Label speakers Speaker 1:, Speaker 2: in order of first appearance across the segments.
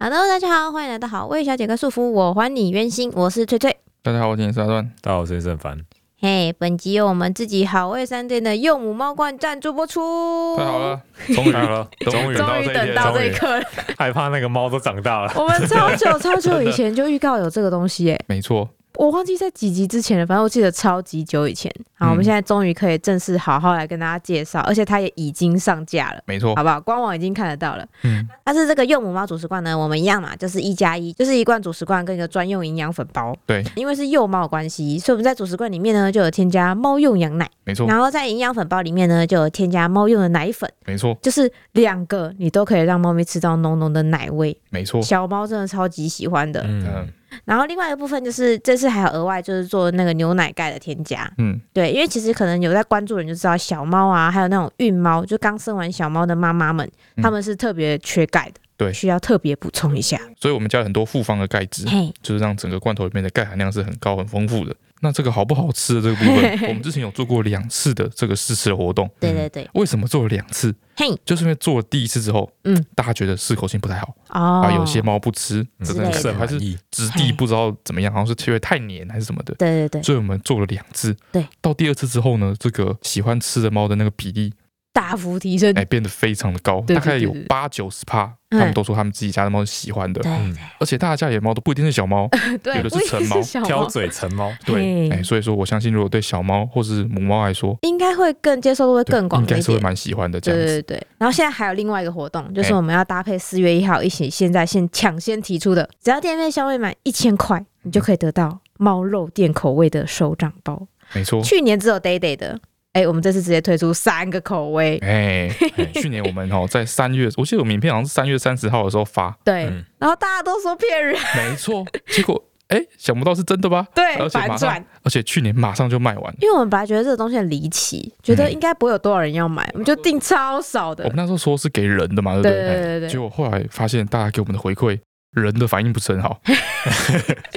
Speaker 1: Hello，大家好，欢迎来到好味小姐跟束缚，我还你原形，我是翠翠。
Speaker 2: 大家好，我是阿段。
Speaker 3: 大家好，我是郑凡。
Speaker 1: 嘿、本集由我们自己好味三店的幼母猫罐赞助播出。
Speaker 2: 太好，了，
Speaker 3: 终于了，终于
Speaker 1: 终于等到这一，刻了，
Speaker 3: 害怕那个猫都长大了。
Speaker 1: 我们超久超久以前就预告有这个东 西哎、
Speaker 2: 没错，
Speaker 1: 我忘记在几集之前了，反正我记得超级久以前。好，我们
Speaker 2: 嗯
Speaker 1: 现在终于可以正式好好来跟大家介绍，而且它也已经上架了。
Speaker 2: 没错
Speaker 1: 好，不好？官网已经看得到了。
Speaker 2: 嗯，
Speaker 1: 但是这个幼母猫主食罐呢，我们一样嘛，就是一加一，就是一罐主食罐跟一个专用营养粉包。
Speaker 2: 对，
Speaker 1: 因为是幼猫的关系，所以我们在主食罐里面呢就有添加猫用羊奶，
Speaker 2: 没错，
Speaker 1: 然后在营养粉包里面呢就有添加猫用的奶粉，
Speaker 2: 没错，
Speaker 1: 就是两个你都可以让猫咪吃到浓浓的奶味，
Speaker 2: 没错。
Speaker 1: 小猫真的超级喜欢的。
Speaker 3: 嗯
Speaker 2: 哦嗯，
Speaker 1: 然后另外一个部分就是这次还有额外就是做那个牛奶钙的添加，
Speaker 2: 嗯，
Speaker 1: 对，因为其实可能有在关注的人就知道，小猫啊，还有那种孕猫，就刚生完小猫的妈妈们，
Speaker 2: 嗯
Speaker 1: 他们是特别缺钙的，
Speaker 2: 对嗯
Speaker 1: 需要特别补充一下。
Speaker 2: 所以我们加了很多复方的钙质，
Speaker 1: 嘿，
Speaker 2: 就是让整个罐头里面的钙含量是很高、很丰富的。那这个好不好吃的这个部 分，我们之前有做过两次的这个试吃的活动。
Speaker 1: 对对对，
Speaker 2: 为什么做了两次？
Speaker 1: 嘿，
Speaker 2: 就是因为做了第一次之后，
Speaker 1: 嗯，
Speaker 2: 大家觉得适口性不太好
Speaker 1: 哦，
Speaker 2: 啊，有些猫不吃，
Speaker 1: 之
Speaker 3: 嗯
Speaker 2: 真
Speaker 1: 类
Speaker 2: 的
Speaker 1: 的
Speaker 2: 是还是
Speaker 3: 意。
Speaker 2: 质
Speaker 1: 嘿
Speaker 2: 地不知道怎么样，好像是因为太黏还是什么的。
Speaker 1: 对对对，
Speaker 2: 所以我们做了两次，
Speaker 1: 对，
Speaker 2: 到第二次之后呢，这个喜欢吃的猫的那个比例
Speaker 1: 大幅提升，
Speaker 2: 哎，变得非常的高，
Speaker 1: 对对
Speaker 2: 大概有
Speaker 1: 对对
Speaker 2: 八九十趴，
Speaker 1: 嗯
Speaker 2: 他们都说他们自己家的猫是喜欢的，
Speaker 3: 嗯
Speaker 1: 对嗯
Speaker 2: 而且大家家里的猫都不一定是小猫，
Speaker 1: 对，
Speaker 2: 有的是成
Speaker 1: 不
Speaker 2: 猫
Speaker 1: 一定是小
Speaker 3: 挑嘴成猫，嗯
Speaker 2: 对，
Speaker 1: 嘿
Speaker 2: 哎，所以说我相信，如果对小猫或是母猫来说，
Speaker 1: 应该会更接受度会
Speaker 2: 对
Speaker 1: 更广
Speaker 2: 应
Speaker 1: 一点，
Speaker 2: 该是会蛮喜欢的这
Speaker 1: 对
Speaker 2: 样
Speaker 1: 对
Speaker 2: 子，
Speaker 1: 对对，然后现在还有另外一个活动，就是
Speaker 2: 哎
Speaker 1: 我们要搭配四月一号一起，现在先抢先提出的，只要店面消费满一千块，你就可以得到猫肉店口味的手掌包。
Speaker 2: 没错，
Speaker 1: 去年只有 Day Day 的，哎、我们这次直接推出三个口味。
Speaker 2: 哎，哎去年我们哦在三月，我记得我们影片好像是三月三十号的时候 发，
Speaker 1: 对，
Speaker 3: 嗯
Speaker 1: 然后大家都说骗人，
Speaker 2: 没错，结果哎，想不到是真的吧？
Speaker 1: 对，
Speaker 2: 而且
Speaker 1: 反
Speaker 2: 马
Speaker 1: 转
Speaker 2: 上，，而且去年马上就卖完了。
Speaker 1: 因为我们本来觉得这个东西很离奇，觉
Speaker 2: 嗯
Speaker 1: 得应该不会有多少人要买，我们就订超少的
Speaker 2: 我们。那时候说是给人的嘛，哦对不
Speaker 1: 对
Speaker 2: 对？哎
Speaker 1: 对对对
Speaker 2: 结
Speaker 1: 对，
Speaker 2: 果后来发现大家给我们的回馈，人的反应不是很好，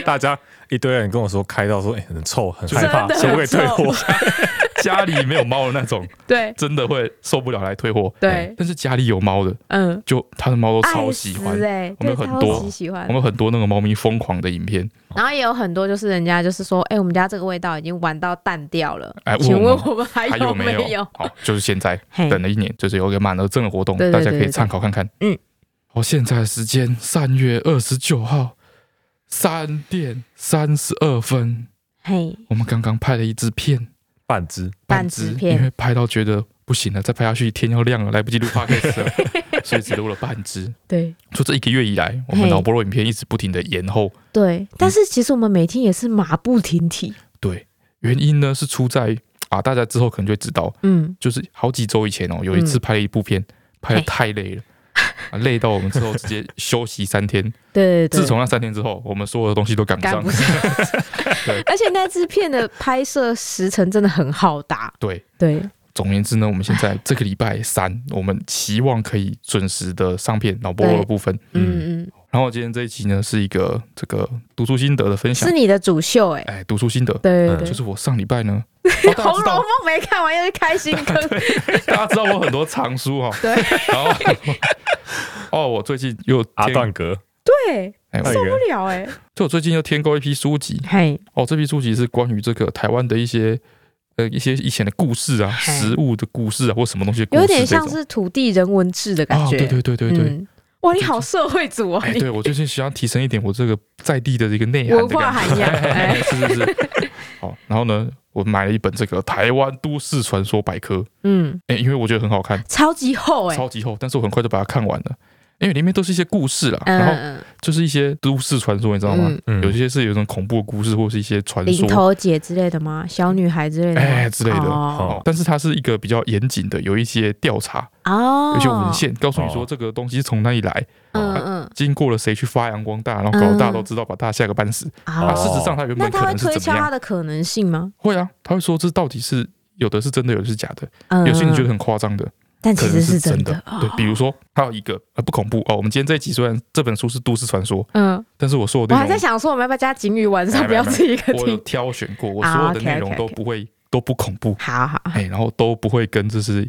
Speaker 3: 大家一堆人跟我说开到说，哎，很臭，很害怕，
Speaker 1: 真的
Speaker 3: 可不可以退
Speaker 1: 很
Speaker 3: 货？
Speaker 2: 家里没有猫的那种，
Speaker 1: 对
Speaker 2: 真的会受不了来退货。
Speaker 1: 对，
Speaker 2: 但是家里有猫的，
Speaker 1: 嗯，
Speaker 2: 就他的猫都哎超
Speaker 1: 爱
Speaker 2: 喜
Speaker 1: 死
Speaker 2: 欢。
Speaker 1: 哎，
Speaker 2: 我
Speaker 1: 对，
Speaker 2: 们有很
Speaker 1: 超
Speaker 2: 多
Speaker 1: 级喜欢
Speaker 2: 我。们很多那个猫咪疯狂的影片，
Speaker 1: 然后也有很多就是人家就是说，哎、我们家这个味道已经玩到淡掉了，
Speaker 2: 哎问
Speaker 1: 请
Speaker 2: 我
Speaker 1: 问
Speaker 2: 们
Speaker 1: 我们还
Speaker 2: 还有
Speaker 1: 没
Speaker 2: 没有？好，就是现在
Speaker 1: 嘿，
Speaker 2: 等了一年，就是有一个满额赠的活动，
Speaker 1: 对对
Speaker 2: 大家
Speaker 1: 对
Speaker 2: 可以
Speaker 1: 对
Speaker 2: 参考看看。
Speaker 1: 嗯，
Speaker 2: 好，现在时间三月二十九号三点三十二分，
Speaker 1: 嘿，
Speaker 2: 我们刚刚拍了一支片，
Speaker 3: 半只，
Speaker 1: 半
Speaker 2: 支
Speaker 1: 支片
Speaker 2: 因为拍到觉得不行了，再拍下去天要亮了，来不及 录 podcast 了，所以只录了半支。
Speaker 1: 对
Speaker 2: 就这一个月以来，我们
Speaker 1: 嘿
Speaker 2: 脑波弱影片一直不停的延后。
Speaker 1: 对，但是其实我们每天也是马不停蹄，
Speaker 2: 对，原因呢是出在啊，大家之后可能就会知道，
Speaker 1: 嗯，
Speaker 2: 就是好几周以前哦，有一次拍了一部片，拍的太 累了。啊累到我们之后直接休息三天。
Speaker 1: 对对对，
Speaker 2: 自从那三天之后，我们所有的东西都赶不
Speaker 1: 赶
Speaker 2: 上
Speaker 1: 不。上
Speaker 2: 对，
Speaker 1: 而且那支片的拍摄时程真的很浩大，
Speaker 2: 对，
Speaker 1: 对，
Speaker 2: 总而言之呢，我们现在这个礼拜 三，我们期望可以准时的上片脑波弱的部分。
Speaker 1: 嗯嗯，
Speaker 2: 然后今天这一期呢是一个这个读书心得的分享
Speaker 1: 是，你的主秀哎、
Speaker 2: 哎，读书心得
Speaker 1: 对对
Speaker 3: 嗯
Speaker 1: 对，
Speaker 2: 就是我上礼拜 呢，哦大家
Speaker 1: 红
Speaker 2: 知
Speaker 1: 楼
Speaker 2: 道
Speaker 1: 梦》没看完又是开 心坑，
Speaker 2: 大家知道我很多藏书哈、哦，
Speaker 1: 对
Speaker 2: 然后哦，我最近又
Speaker 3: 阿
Speaker 2: 添
Speaker 3: 段格，
Speaker 1: 对，
Speaker 2: 哎，
Speaker 3: 那
Speaker 2: 我
Speaker 1: 不
Speaker 3: 个
Speaker 1: 了哎、
Speaker 2: 就我最近又添购一批书籍
Speaker 1: 嘿，
Speaker 2: 哦，这批书籍是关于这个台湾的一些呃一些以前的故事啊，
Speaker 1: 嗨
Speaker 2: 食物的故事啊，或什么东西的故
Speaker 1: 有
Speaker 2: 事
Speaker 1: 点
Speaker 2: 这
Speaker 1: 像
Speaker 2: 种。
Speaker 1: 是土地人文志的感
Speaker 2: 哦，
Speaker 1: 觉，
Speaker 2: 对对对对对，
Speaker 1: 嗯，哇，你好社会主哦，
Speaker 2: 哎，
Speaker 1: 你
Speaker 2: 对我最近想要提升一点我这个在地的一个内涵
Speaker 1: 文
Speaker 2: 的
Speaker 1: 化
Speaker 2: 感觉。
Speaker 1: 涵养，哎，
Speaker 2: 是是是。 好，然后呢，我买了一本这个《台湾都市传说百科》，
Speaker 1: 嗯，
Speaker 2: 哎、因为我觉得很好看，
Speaker 1: 超级厚哎、
Speaker 2: 超级厚，但是我很快就把它看完了，因为里面都是一些故事啦，
Speaker 1: 嗯
Speaker 2: 然后
Speaker 1: 嗯，
Speaker 2: 就是一些都市传说，你知道吗？
Speaker 1: 嗯
Speaker 3: 嗯
Speaker 2: 有些是有一种恐怖的故事，或是一些传
Speaker 1: 零
Speaker 2: 说，
Speaker 1: 头姐之类的吗？小女孩之类的吗，
Speaker 2: 哎之类的
Speaker 1: 哦
Speaker 2: 哦，但是它是一个比较严谨的，有一些调查，
Speaker 1: 哦，
Speaker 2: 有一些文献啊告诉你说
Speaker 3: 哦
Speaker 2: 这个东西是从哪里来，
Speaker 1: 嗯嗯，
Speaker 2: 经过了谁去发扬光大，然后搞得大家都知道，把大家吓个半死。啊，
Speaker 1: 啊
Speaker 2: 事实上它原
Speaker 1: 那
Speaker 2: 本
Speaker 1: 他
Speaker 2: 可
Speaker 1: 会
Speaker 2: 能是
Speaker 1: 推
Speaker 2: 怎
Speaker 1: 敲
Speaker 2: 么
Speaker 1: 它
Speaker 2: 样？
Speaker 1: 的可能性吗？
Speaker 2: 会啊，他会说这到底是有的是真的，有的是假的。
Speaker 1: 嗯，
Speaker 2: 有些你觉得
Speaker 1: 嗯，
Speaker 2: 很夸张的，
Speaker 1: 但
Speaker 2: 可
Speaker 1: 其
Speaker 2: 能
Speaker 1: 实
Speaker 2: 是
Speaker 1: 真
Speaker 2: 的。
Speaker 1: 哦
Speaker 2: 对，比如说还有一个呃不恐怖哦，我们今天这一集虽然这本书是都市传说，
Speaker 1: 嗯，
Speaker 2: 但是我说
Speaker 1: 我
Speaker 2: 的内
Speaker 1: 还在
Speaker 2: 容
Speaker 1: 想说我们要不要加警语，晚
Speaker 2: 哎
Speaker 1: 上不要自己一个
Speaker 2: 我有
Speaker 1: 听。
Speaker 2: 挑选过，我
Speaker 1: 啊
Speaker 2: 所有的
Speaker 1: ，OK，OK，OK
Speaker 2: 内容都不会都不恐怖，
Speaker 1: 好好，
Speaker 2: 哎，然后都不会跟就是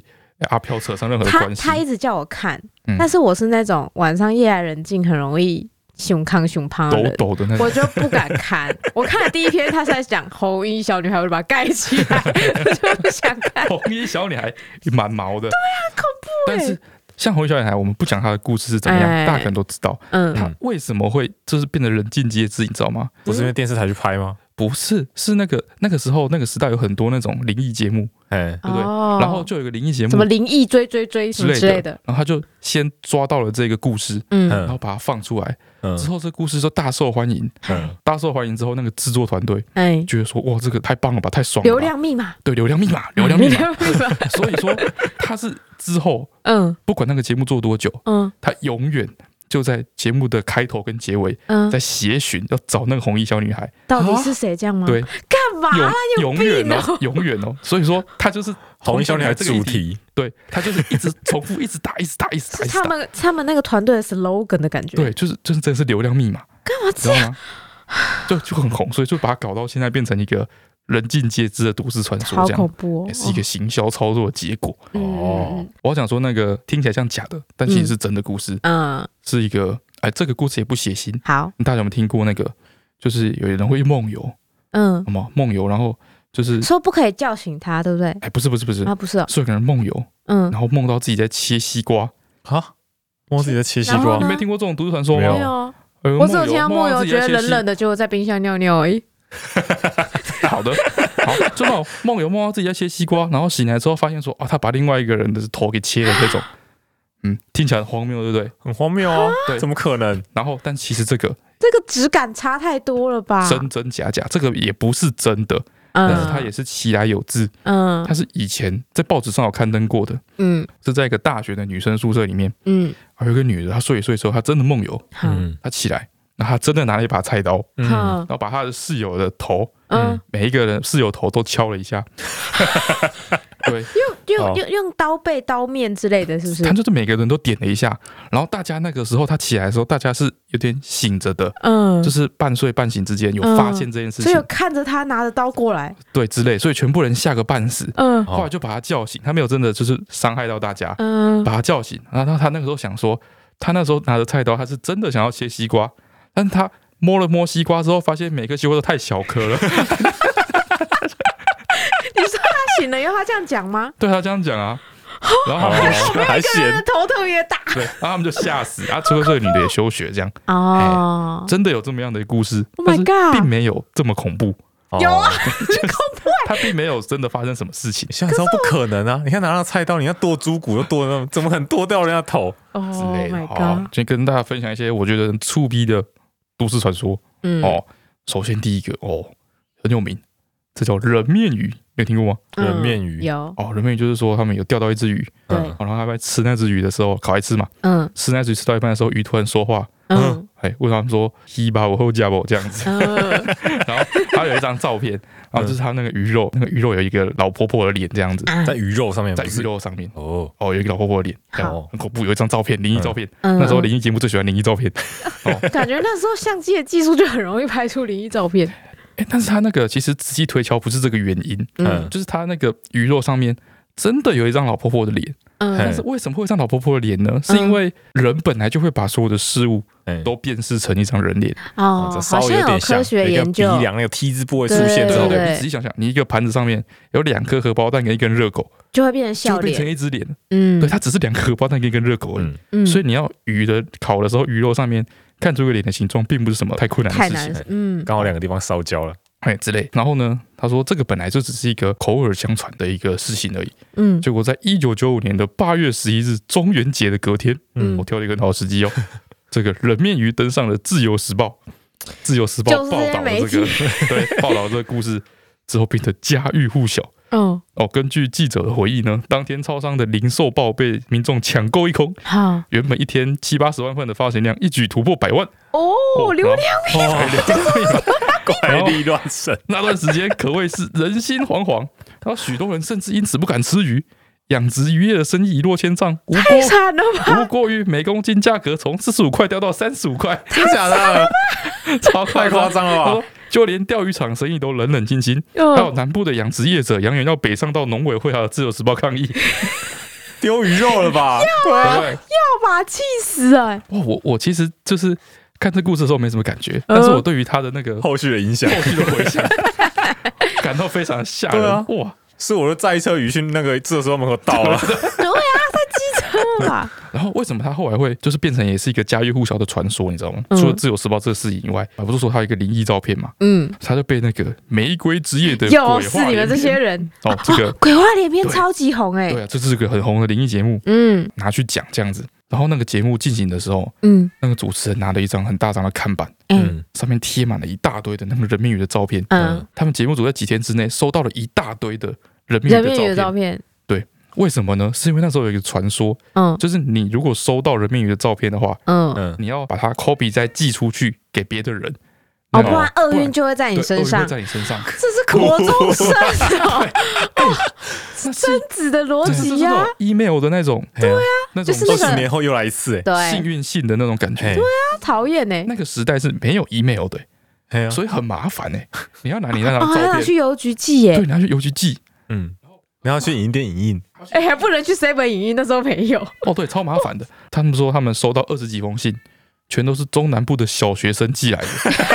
Speaker 2: 阿飘扯上任何的
Speaker 1: 他
Speaker 2: 关系。
Speaker 1: 他一直叫我看，
Speaker 2: 嗯
Speaker 1: 但是我是那种晚上夜来人静，很容易胸康胸胖的
Speaker 2: 抖
Speaker 1: 人。
Speaker 2: 抖的那种
Speaker 1: 我，就不敢 看，我看了第一篇，他是在讲红衣小女孩，我就把它盖起来，我就不想 看。
Speaker 2: 红衣小女孩蛮毛的，对啊，恐怖、
Speaker 1: 欸
Speaker 2: 但是像红衣小女孩，我们不讲她的故事是怎么样，
Speaker 1: 哎
Speaker 2: 大家可能都知道。
Speaker 1: 嗯，
Speaker 2: 她为什么会就是变得人尽皆知，你知道吗？
Speaker 3: 不是因为电视台去拍吗？
Speaker 2: 不是，是那个那个时候那个时代有很多那种灵异节目，
Speaker 3: 哎，
Speaker 2: 对不对
Speaker 1: 哦
Speaker 2: 然后就有一个灵异节目
Speaker 1: 什么灵异追追追什
Speaker 2: 之
Speaker 1: 么
Speaker 2: 类
Speaker 1: 之
Speaker 2: 的，
Speaker 1: 类的，
Speaker 2: 然后他就先抓到了这个故事，
Speaker 1: 嗯
Speaker 3: 嗯
Speaker 2: 然后把它放出来，
Speaker 3: 嗯
Speaker 2: 之后这故事就大受欢迎，
Speaker 3: 嗯，
Speaker 2: 大受欢迎之后，那个制作团队
Speaker 1: 哎，
Speaker 2: 觉得说哇，这个太棒了吧，太爽了
Speaker 1: 流
Speaker 2: 吧，
Speaker 1: 量密码，
Speaker 2: 对流量密码，
Speaker 1: 嗯
Speaker 2: 流量密 码，
Speaker 1: 密码，
Speaker 2: 所以说他是之后
Speaker 1: 嗯
Speaker 2: 不管那个节目做多久，
Speaker 1: 嗯
Speaker 2: 他永远就在节目的开头跟结尾
Speaker 1: 嗯
Speaker 2: 在，协寻，要找那个红衣小女孩。
Speaker 1: 到底是谁这样吗？
Speaker 2: 对，
Speaker 1: 干嘛啦？
Speaker 2: 永永
Speaker 1: 啊病
Speaker 2: 远哦
Speaker 1: 哦，
Speaker 2: 永远哦。所以说，他就是
Speaker 3: 红衣小女孩
Speaker 2: 这个议
Speaker 3: 主
Speaker 2: 题，
Speaker 3: 题，
Speaker 2: 对他就是一直重复，一直打，一直打，一直打，
Speaker 1: 是
Speaker 2: 一直
Speaker 1: 他
Speaker 2: 打。
Speaker 1: 们他们那个团队的 slogan 的感觉。
Speaker 2: 哎对，，就是就是真的是流量密码，
Speaker 1: 干嘛
Speaker 2: 你知
Speaker 1: 这
Speaker 2: 道
Speaker 1: 样？
Speaker 2: 吗？就就很红，所以就把它搞到现在变成一个人尽皆知的都市传说，
Speaker 1: 好
Speaker 2: 这样 E
Speaker 1: 恐怖哦！
Speaker 2: 也是一个行销操作的结果。
Speaker 1: 嗯
Speaker 2: 我要讲说那个听起来像假的，但其实
Speaker 1: 嗯
Speaker 2: 是真的故事，
Speaker 1: 嗯，
Speaker 2: 是一个哎，这个故事也不血腥。
Speaker 1: 好，
Speaker 2: 大家有没有听过那个？就是有人会梦游，
Speaker 1: 嗯，
Speaker 2: 好吗？梦游，然后就是
Speaker 1: 说不可以叫醒他，对不对？
Speaker 2: 哎，不是不是不是，
Speaker 1: 啊，不是哦，
Speaker 2: 是有个人梦游，
Speaker 1: 嗯
Speaker 2: 然，后梦到自己在切西瓜，
Speaker 3: 啊，摸自己的切西
Speaker 1: 然后
Speaker 3: 瓜
Speaker 2: 你
Speaker 1: 呢，
Speaker 2: 没听过这种都市传说
Speaker 3: 没
Speaker 2: 吗
Speaker 3: 有？
Speaker 1: 有，啊
Speaker 2: 哎呦
Speaker 1: 我只有听到
Speaker 2: 梦
Speaker 1: 梦游，
Speaker 2: 自己
Speaker 1: 觉
Speaker 2: 在
Speaker 1: 得
Speaker 2: 切
Speaker 1: 冷
Speaker 2: 西
Speaker 1: 冷的，结果在冰箱尿尿而已。
Speaker 2: 好的，好，就那种梦游梦到自己在切西瓜，然后醒来之后发现说啊，他把另外一个人的头给切了这种，嗯，听起来很荒谬，对不对？
Speaker 3: 很荒谬啊
Speaker 2: 对，
Speaker 3: 怎么可能？
Speaker 2: 然后但其实这个
Speaker 1: 这个质感差太多了吧？
Speaker 2: 真真假假，这个也不是真的，
Speaker 1: 啊嗯，
Speaker 2: 但是它也是其来有自，
Speaker 1: 嗯
Speaker 2: 它是以前在报纸上有刊登过的，
Speaker 1: 嗯
Speaker 2: 是在一个大学的女生宿舍里面，
Speaker 1: 嗯，
Speaker 2: 啊有一个女的，她睡一睡之后，她真的梦游，
Speaker 1: 好，
Speaker 3: 嗯
Speaker 2: 她起来，然后她真的拿了一把菜刀，
Speaker 3: 嗯，
Speaker 1: 好
Speaker 2: 然，后把她的室友的头
Speaker 1: 嗯，
Speaker 2: 每一个人室友头都敲了一下， 对，
Speaker 1: 用
Speaker 3: 好
Speaker 1: 用用刀背、刀面之类的，是不是
Speaker 2: 他？就是每个人都点了一下，然后大家那个时候他起来的时候，大家是有点醒着的，
Speaker 1: 嗯，
Speaker 2: 就是半睡半醒之间有发现这件事
Speaker 1: 所以
Speaker 2: 情，
Speaker 1: 有看着他拿着刀过来，
Speaker 2: 对之类，所以全部人吓个半死，
Speaker 1: 嗯
Speaker 3: 哦
Speaker 2: 后来就把他叫醒，他没有真的就是伤害到大家，
Speaker 1: 嗯
Speaker 2: 把他叫醒，然后他他那个时候想说，他那时候拿着菜刀，他是真的想要切西瓜，但是他摸了摸西瓜之后，发现每个西瓜都太小颗了，
Speaker 1: 他醒了以后，他这样讲 吗？
Speaker 2: 对他这样讲啊，然后
Speaker 3: 哦
Speaker 2: 他们就
Speaker 3: 还
Speaker 1: 他的
Speaker 3: 嫌
Speaker 1: 头特别大
Speaker 2: 对，然后他们就吓死啊！除了这个女的也休学，这样
Speaker 1: 哦，
Speaker 2: 真的有这么样的故事
Speaker 1: Oh
Speaker 2: 但
Speaker 1: my
Speaker 2: 是
Speaker 1: god
Speaker 2: 并没有这么恐怖，
Speaker 1: 有啊，
Speaker 2: 它并没有真的发生什么事情
Speaker 3: 想想不可能啊！你看拿到菜刀，你要剁猪骨，又剁那，怎么可能剁掉人家头？
Speaker 2: 之
Speaker 1: 哦
Speaker 2: 类的。
Speaker 1: ，My
Speaker 2: 好
Speaker 1: God，，
Speaker 2: 先跟大家分享一些我觉得很触逼的都市传说
Speaker 1: 嗯
Speaker 2: 哦。首先第一个哦，很有名，这叫人面鱼，你有听过吗？
Speaker 1: 嗯
Speaker 3: 人面鱼
Speaker 1: 有，
Speaker 2: 哦，人面鱼就是说他们有钓到一只鱼，
Speaker 1: 对
Speaker 3: 嗯
Speaker 2: 然后他们在吃那只鱼的时候，烤来吃嘛，
Speaker 1: 嗯
Speaker 2: 吃那只鱼吃到一半的时候，鱼突然说话。
Speaker 1: 嗯
Speaker 2: 哎，问他们说“一把我后加不”这样子，
Speaker 1: 嗯
Speaker 2: 然后他有一张照片，然后就是他那个鱼肉，那个鱼肉有一个老婆婆的脸这样子，
Speaker 1: 啊
Speaker 3: 在鱼肉上面，
Speaker 2: 在
Speaker 3: 不
Speaker 2: 鱼
Speaker 3: 是
Speaker 2: 肉上面，
Speaker 3: 哦，
Speaker 2: 哦，有一个老婆婆的脸，这样
Speaker 1: 好
Speaker 2: 很恐怖，有一张照片，灵异照片。
Speaker 1: 嗯
Speaker 2: 那时候灵异节目最喜欢灵异照片，
Speaker 1: 感觉那时候相机的技术就很容易拍出灵异照片。
Speaker 2: 哎，但是他那个其实仔细推敲不是这个原因，
Speaker 1: 嗯
Speaker 3: 嗯
Speaker 2: 就是他那个鱼肉上面真的有一张老婆婆的脸，但
Speaker 1: 嗯
Speaker 2: 是为什么会有一张老婆婆的脸呢？是因为人本来就会把所有的事物
Speaker 3: 哎
Speaker 2: 都辨识成一张人脸。
Speaker 1: 哦，
Speaker 3: 这稍
Speaker 1: 好
Speaker 3: 微
Speaker 1: 像有
Speaker 3: 点
Speaker 1: 科
Speaker 3: 像
Speaker 1: 学
Speaker 3: 一个
Speaker 1: 研
Speaker 3: 鼻
Speaker 1: 究，
Speaker 3: 梁那个 T 字部位出现之
Speaker 1: 对
Speaker 3: 后
Speaker 2: 对
Speaker 1: 对
Speaker 2: 你仔细想想，你一个盘子上面有两颗荷包蛋跟一根热狗，
Speaker 1: 就会变成
Speaker 2: 就
Speaker 1: 笑
Speaker 2: 会变成
Speaker 1: 脸。
Speaker 2: 一只脸。
Speaker 1: 嗯，
Speaker 2: 对，它只是两颗荷包蛋跟一根热狗而已。
Speaker 3: 嗯，
Speaker 1: 嗯，
Speaker 2: 所以你要鱼的烤的时候，鱼肉上面看出一个脸的形状，并不是什么太困难的
Speaker 1: 太
Speaker 2: 事
Speaker 1: 难
Speaker 2: 情，
Speaker 1: 了。嗯
Speaker 3: 刚好两个地方烧焦了，
Speaker 2: 哎之类。然后呢，他说这个本来就只是一个口耳相传的一个事情而已。
Speaker 1: 嗯
Speaker 2: 结果在一九九五年的八月十一日，中元节的隔天，
Speaker 1: 嗯
Speaker 2: 我，挑了一个很好 时机哦，这个人面鱼登上了《自由时报》，《自由时报
Speaker 1: 就》是
Speaker 2: 报
Speaker 1: 这些
Speaker 2: 道了
Speaker 1: 媒
Speaker 2: 这个对报道了这个故事之后，变得家喻户晓。
Speaker 1: 哦，
Speaker 2: 哦，根据记者的回忆呢，当天超商的零售报被民众抢购一空，
Speaker 1: 好
Speaker 2: 原本一天七八十万份的发行量，一举突破百万。
Speaker 1: 哦，流量
Speaker 2: 量密码，
Speaker 3: 怪力乱 神，
Speaker 2: 那段时间可谓是人心惶惶，然后许多人甚至因此不敢吃鱼，养殖渔业的生意一落千丈，无
Speaker 1: 太惨了吧？
Speaker 2: 锅无锅鱼每公斤价格从四十五块掉到三十五块，
Speaker 3: 真假的？
Speaker 2: 超
Speaker 3: 太夸张了
Speaker 2: 他
Speaker 3: 吧
Speaker 2: 说！就连钓鱼场生意都冷冷清清，还有
Speaker 1: 嗯，
Speaker 2: 南部的养殖业者扬言要北上到农委会还有自由时报抗议。
Speaker 3: 丢鱼肉了 吧？对
Speaker 2: 对不
Speaker 3: 啊，
Speaker 2: 对？
Speaker 1: 要吧，气死哎、
Speaker 2: 哇，我我其实就是看这故事的时候没什么感觉，但是
Speaker 1: 嗯
Speaker 2: 我对于他的那个后
Speaker 3: 后续的影响
Speaker 2: 续的回响感到非常吓
Speaker 3: 对啊
Speaker 2: 人。哇！
Speaker 3: 是我就载一车鱼去那个自车门口倒 了，
Speaker 1: 对啊，在机车啊吧？
Speaker 2: 然后为什么他后来会就是变成也是一个家喻户晓的传说，你知道吗？
Speaker 1: 嗯
Speaker 2: 除了《自由时报》这个事情以外，啊，不是说他有一个灵异照片嘛？
Speaker 1: 嗯，
Speaker 2: 他就被那个玫瑰之夜的鬼
Speaker 1: 有啊
Speaker 2: 话
Speaker 1: 是你们
Speaker 2: 连
Speaker 1: 这
Speaker 2: 篇
Speaker 1: 些人
Speaker 2: 哦，这个
Speaker 1: 鬼话连篇
Speaker 2: 对
Speaker 1: 超级红哎、
Speaker 2: 对啊，这是个很红的灵异节目，
Speaker 1: 嗯
Speaker 2: 拿去讲这样子。然后那个节目进行的时候，
Speaker 1: 嗯，
Speaker 2: 那个主持人拿了一张很大张的看板，
Speaker 1: 哎、
Speaker 3: 嗯，
Speaker 2: 上面贴满了一大堆的那个人面鱼的照片。
Speaker 1: 嗯，
Speaker 2: 他们节目组在几天之内收到了一大堆的人面
Speaker 1: 人
Speaker 2: 鱼的
Speaker 1: 面鱼
Speaker 2: 照
Speaker 1: 的照
Speaker 2: 片。
Speaker 1: 片，
Speaker 2: 为什么呢？是因为那时候有一个传说，
Speaker 1: 嗯
Speaker 2: 就是你如果收到人面鱼的照片的话，
Speaker 1: 嗯，
Speaker 3: 嗯，
Speaker 2: 你要把它 copy 再寄出去给别的人，
Speaker 1: 哦，
Speaker 2: 那
Speaker 1: 不然厄
Speaker 2: 不
Speaker 1: 运
Speaker 2: 然
Speaker 1: 就会在你
Speaker 2: 对哦
Speaker 1: 身
Speaker 2: 厄运
Speaker 1: 上
Speaker 2: 会，在你身上。
Speaker 1: 这是国中生哦，
Speaker 2: 那 是
Speaker 1: 贞子的逻
Speaker 2: 对就是
Speaker 1: 辑呀、
Speaker 2: 那种 email 的那种，
Speaker 3: 对啊，
Speaker 2: 那
Speaker 1: 就
Speaker 2: 种
Speaker 1: 是那
Speaker 3: 二
Speaker 1: 个
Speaker 3: 十年后又来一次，哎，
Speaker 2: 幸
Speaker 1: 对，
Speaker 2: 运性的那种感觉。
Speaker 3: 对
Speaker 1: 他讨厌哎，
Speaker 2: 那个时代是没有 email 的，
Speaker 3: 嘿啊，
Speaker 2: 所以很麻烦哎。你要拿你那张
Speaker 1: 哦，还
Speaker 2: 照
Speaker 1: 拿
Speaker 2: 片，
Speaker 1: 去邮局寄耶
Speaker 2: 对，，拿去邮局寄。
Speaker 3: 嗯，然后去影店影印，
Speaker 1: 哎、还不能去 seven 影印，那时候没有，
Speaker 2: 哦，对，超麻烦的。他们说他们收到二十几封信，全都是中南部的小学生寄来的，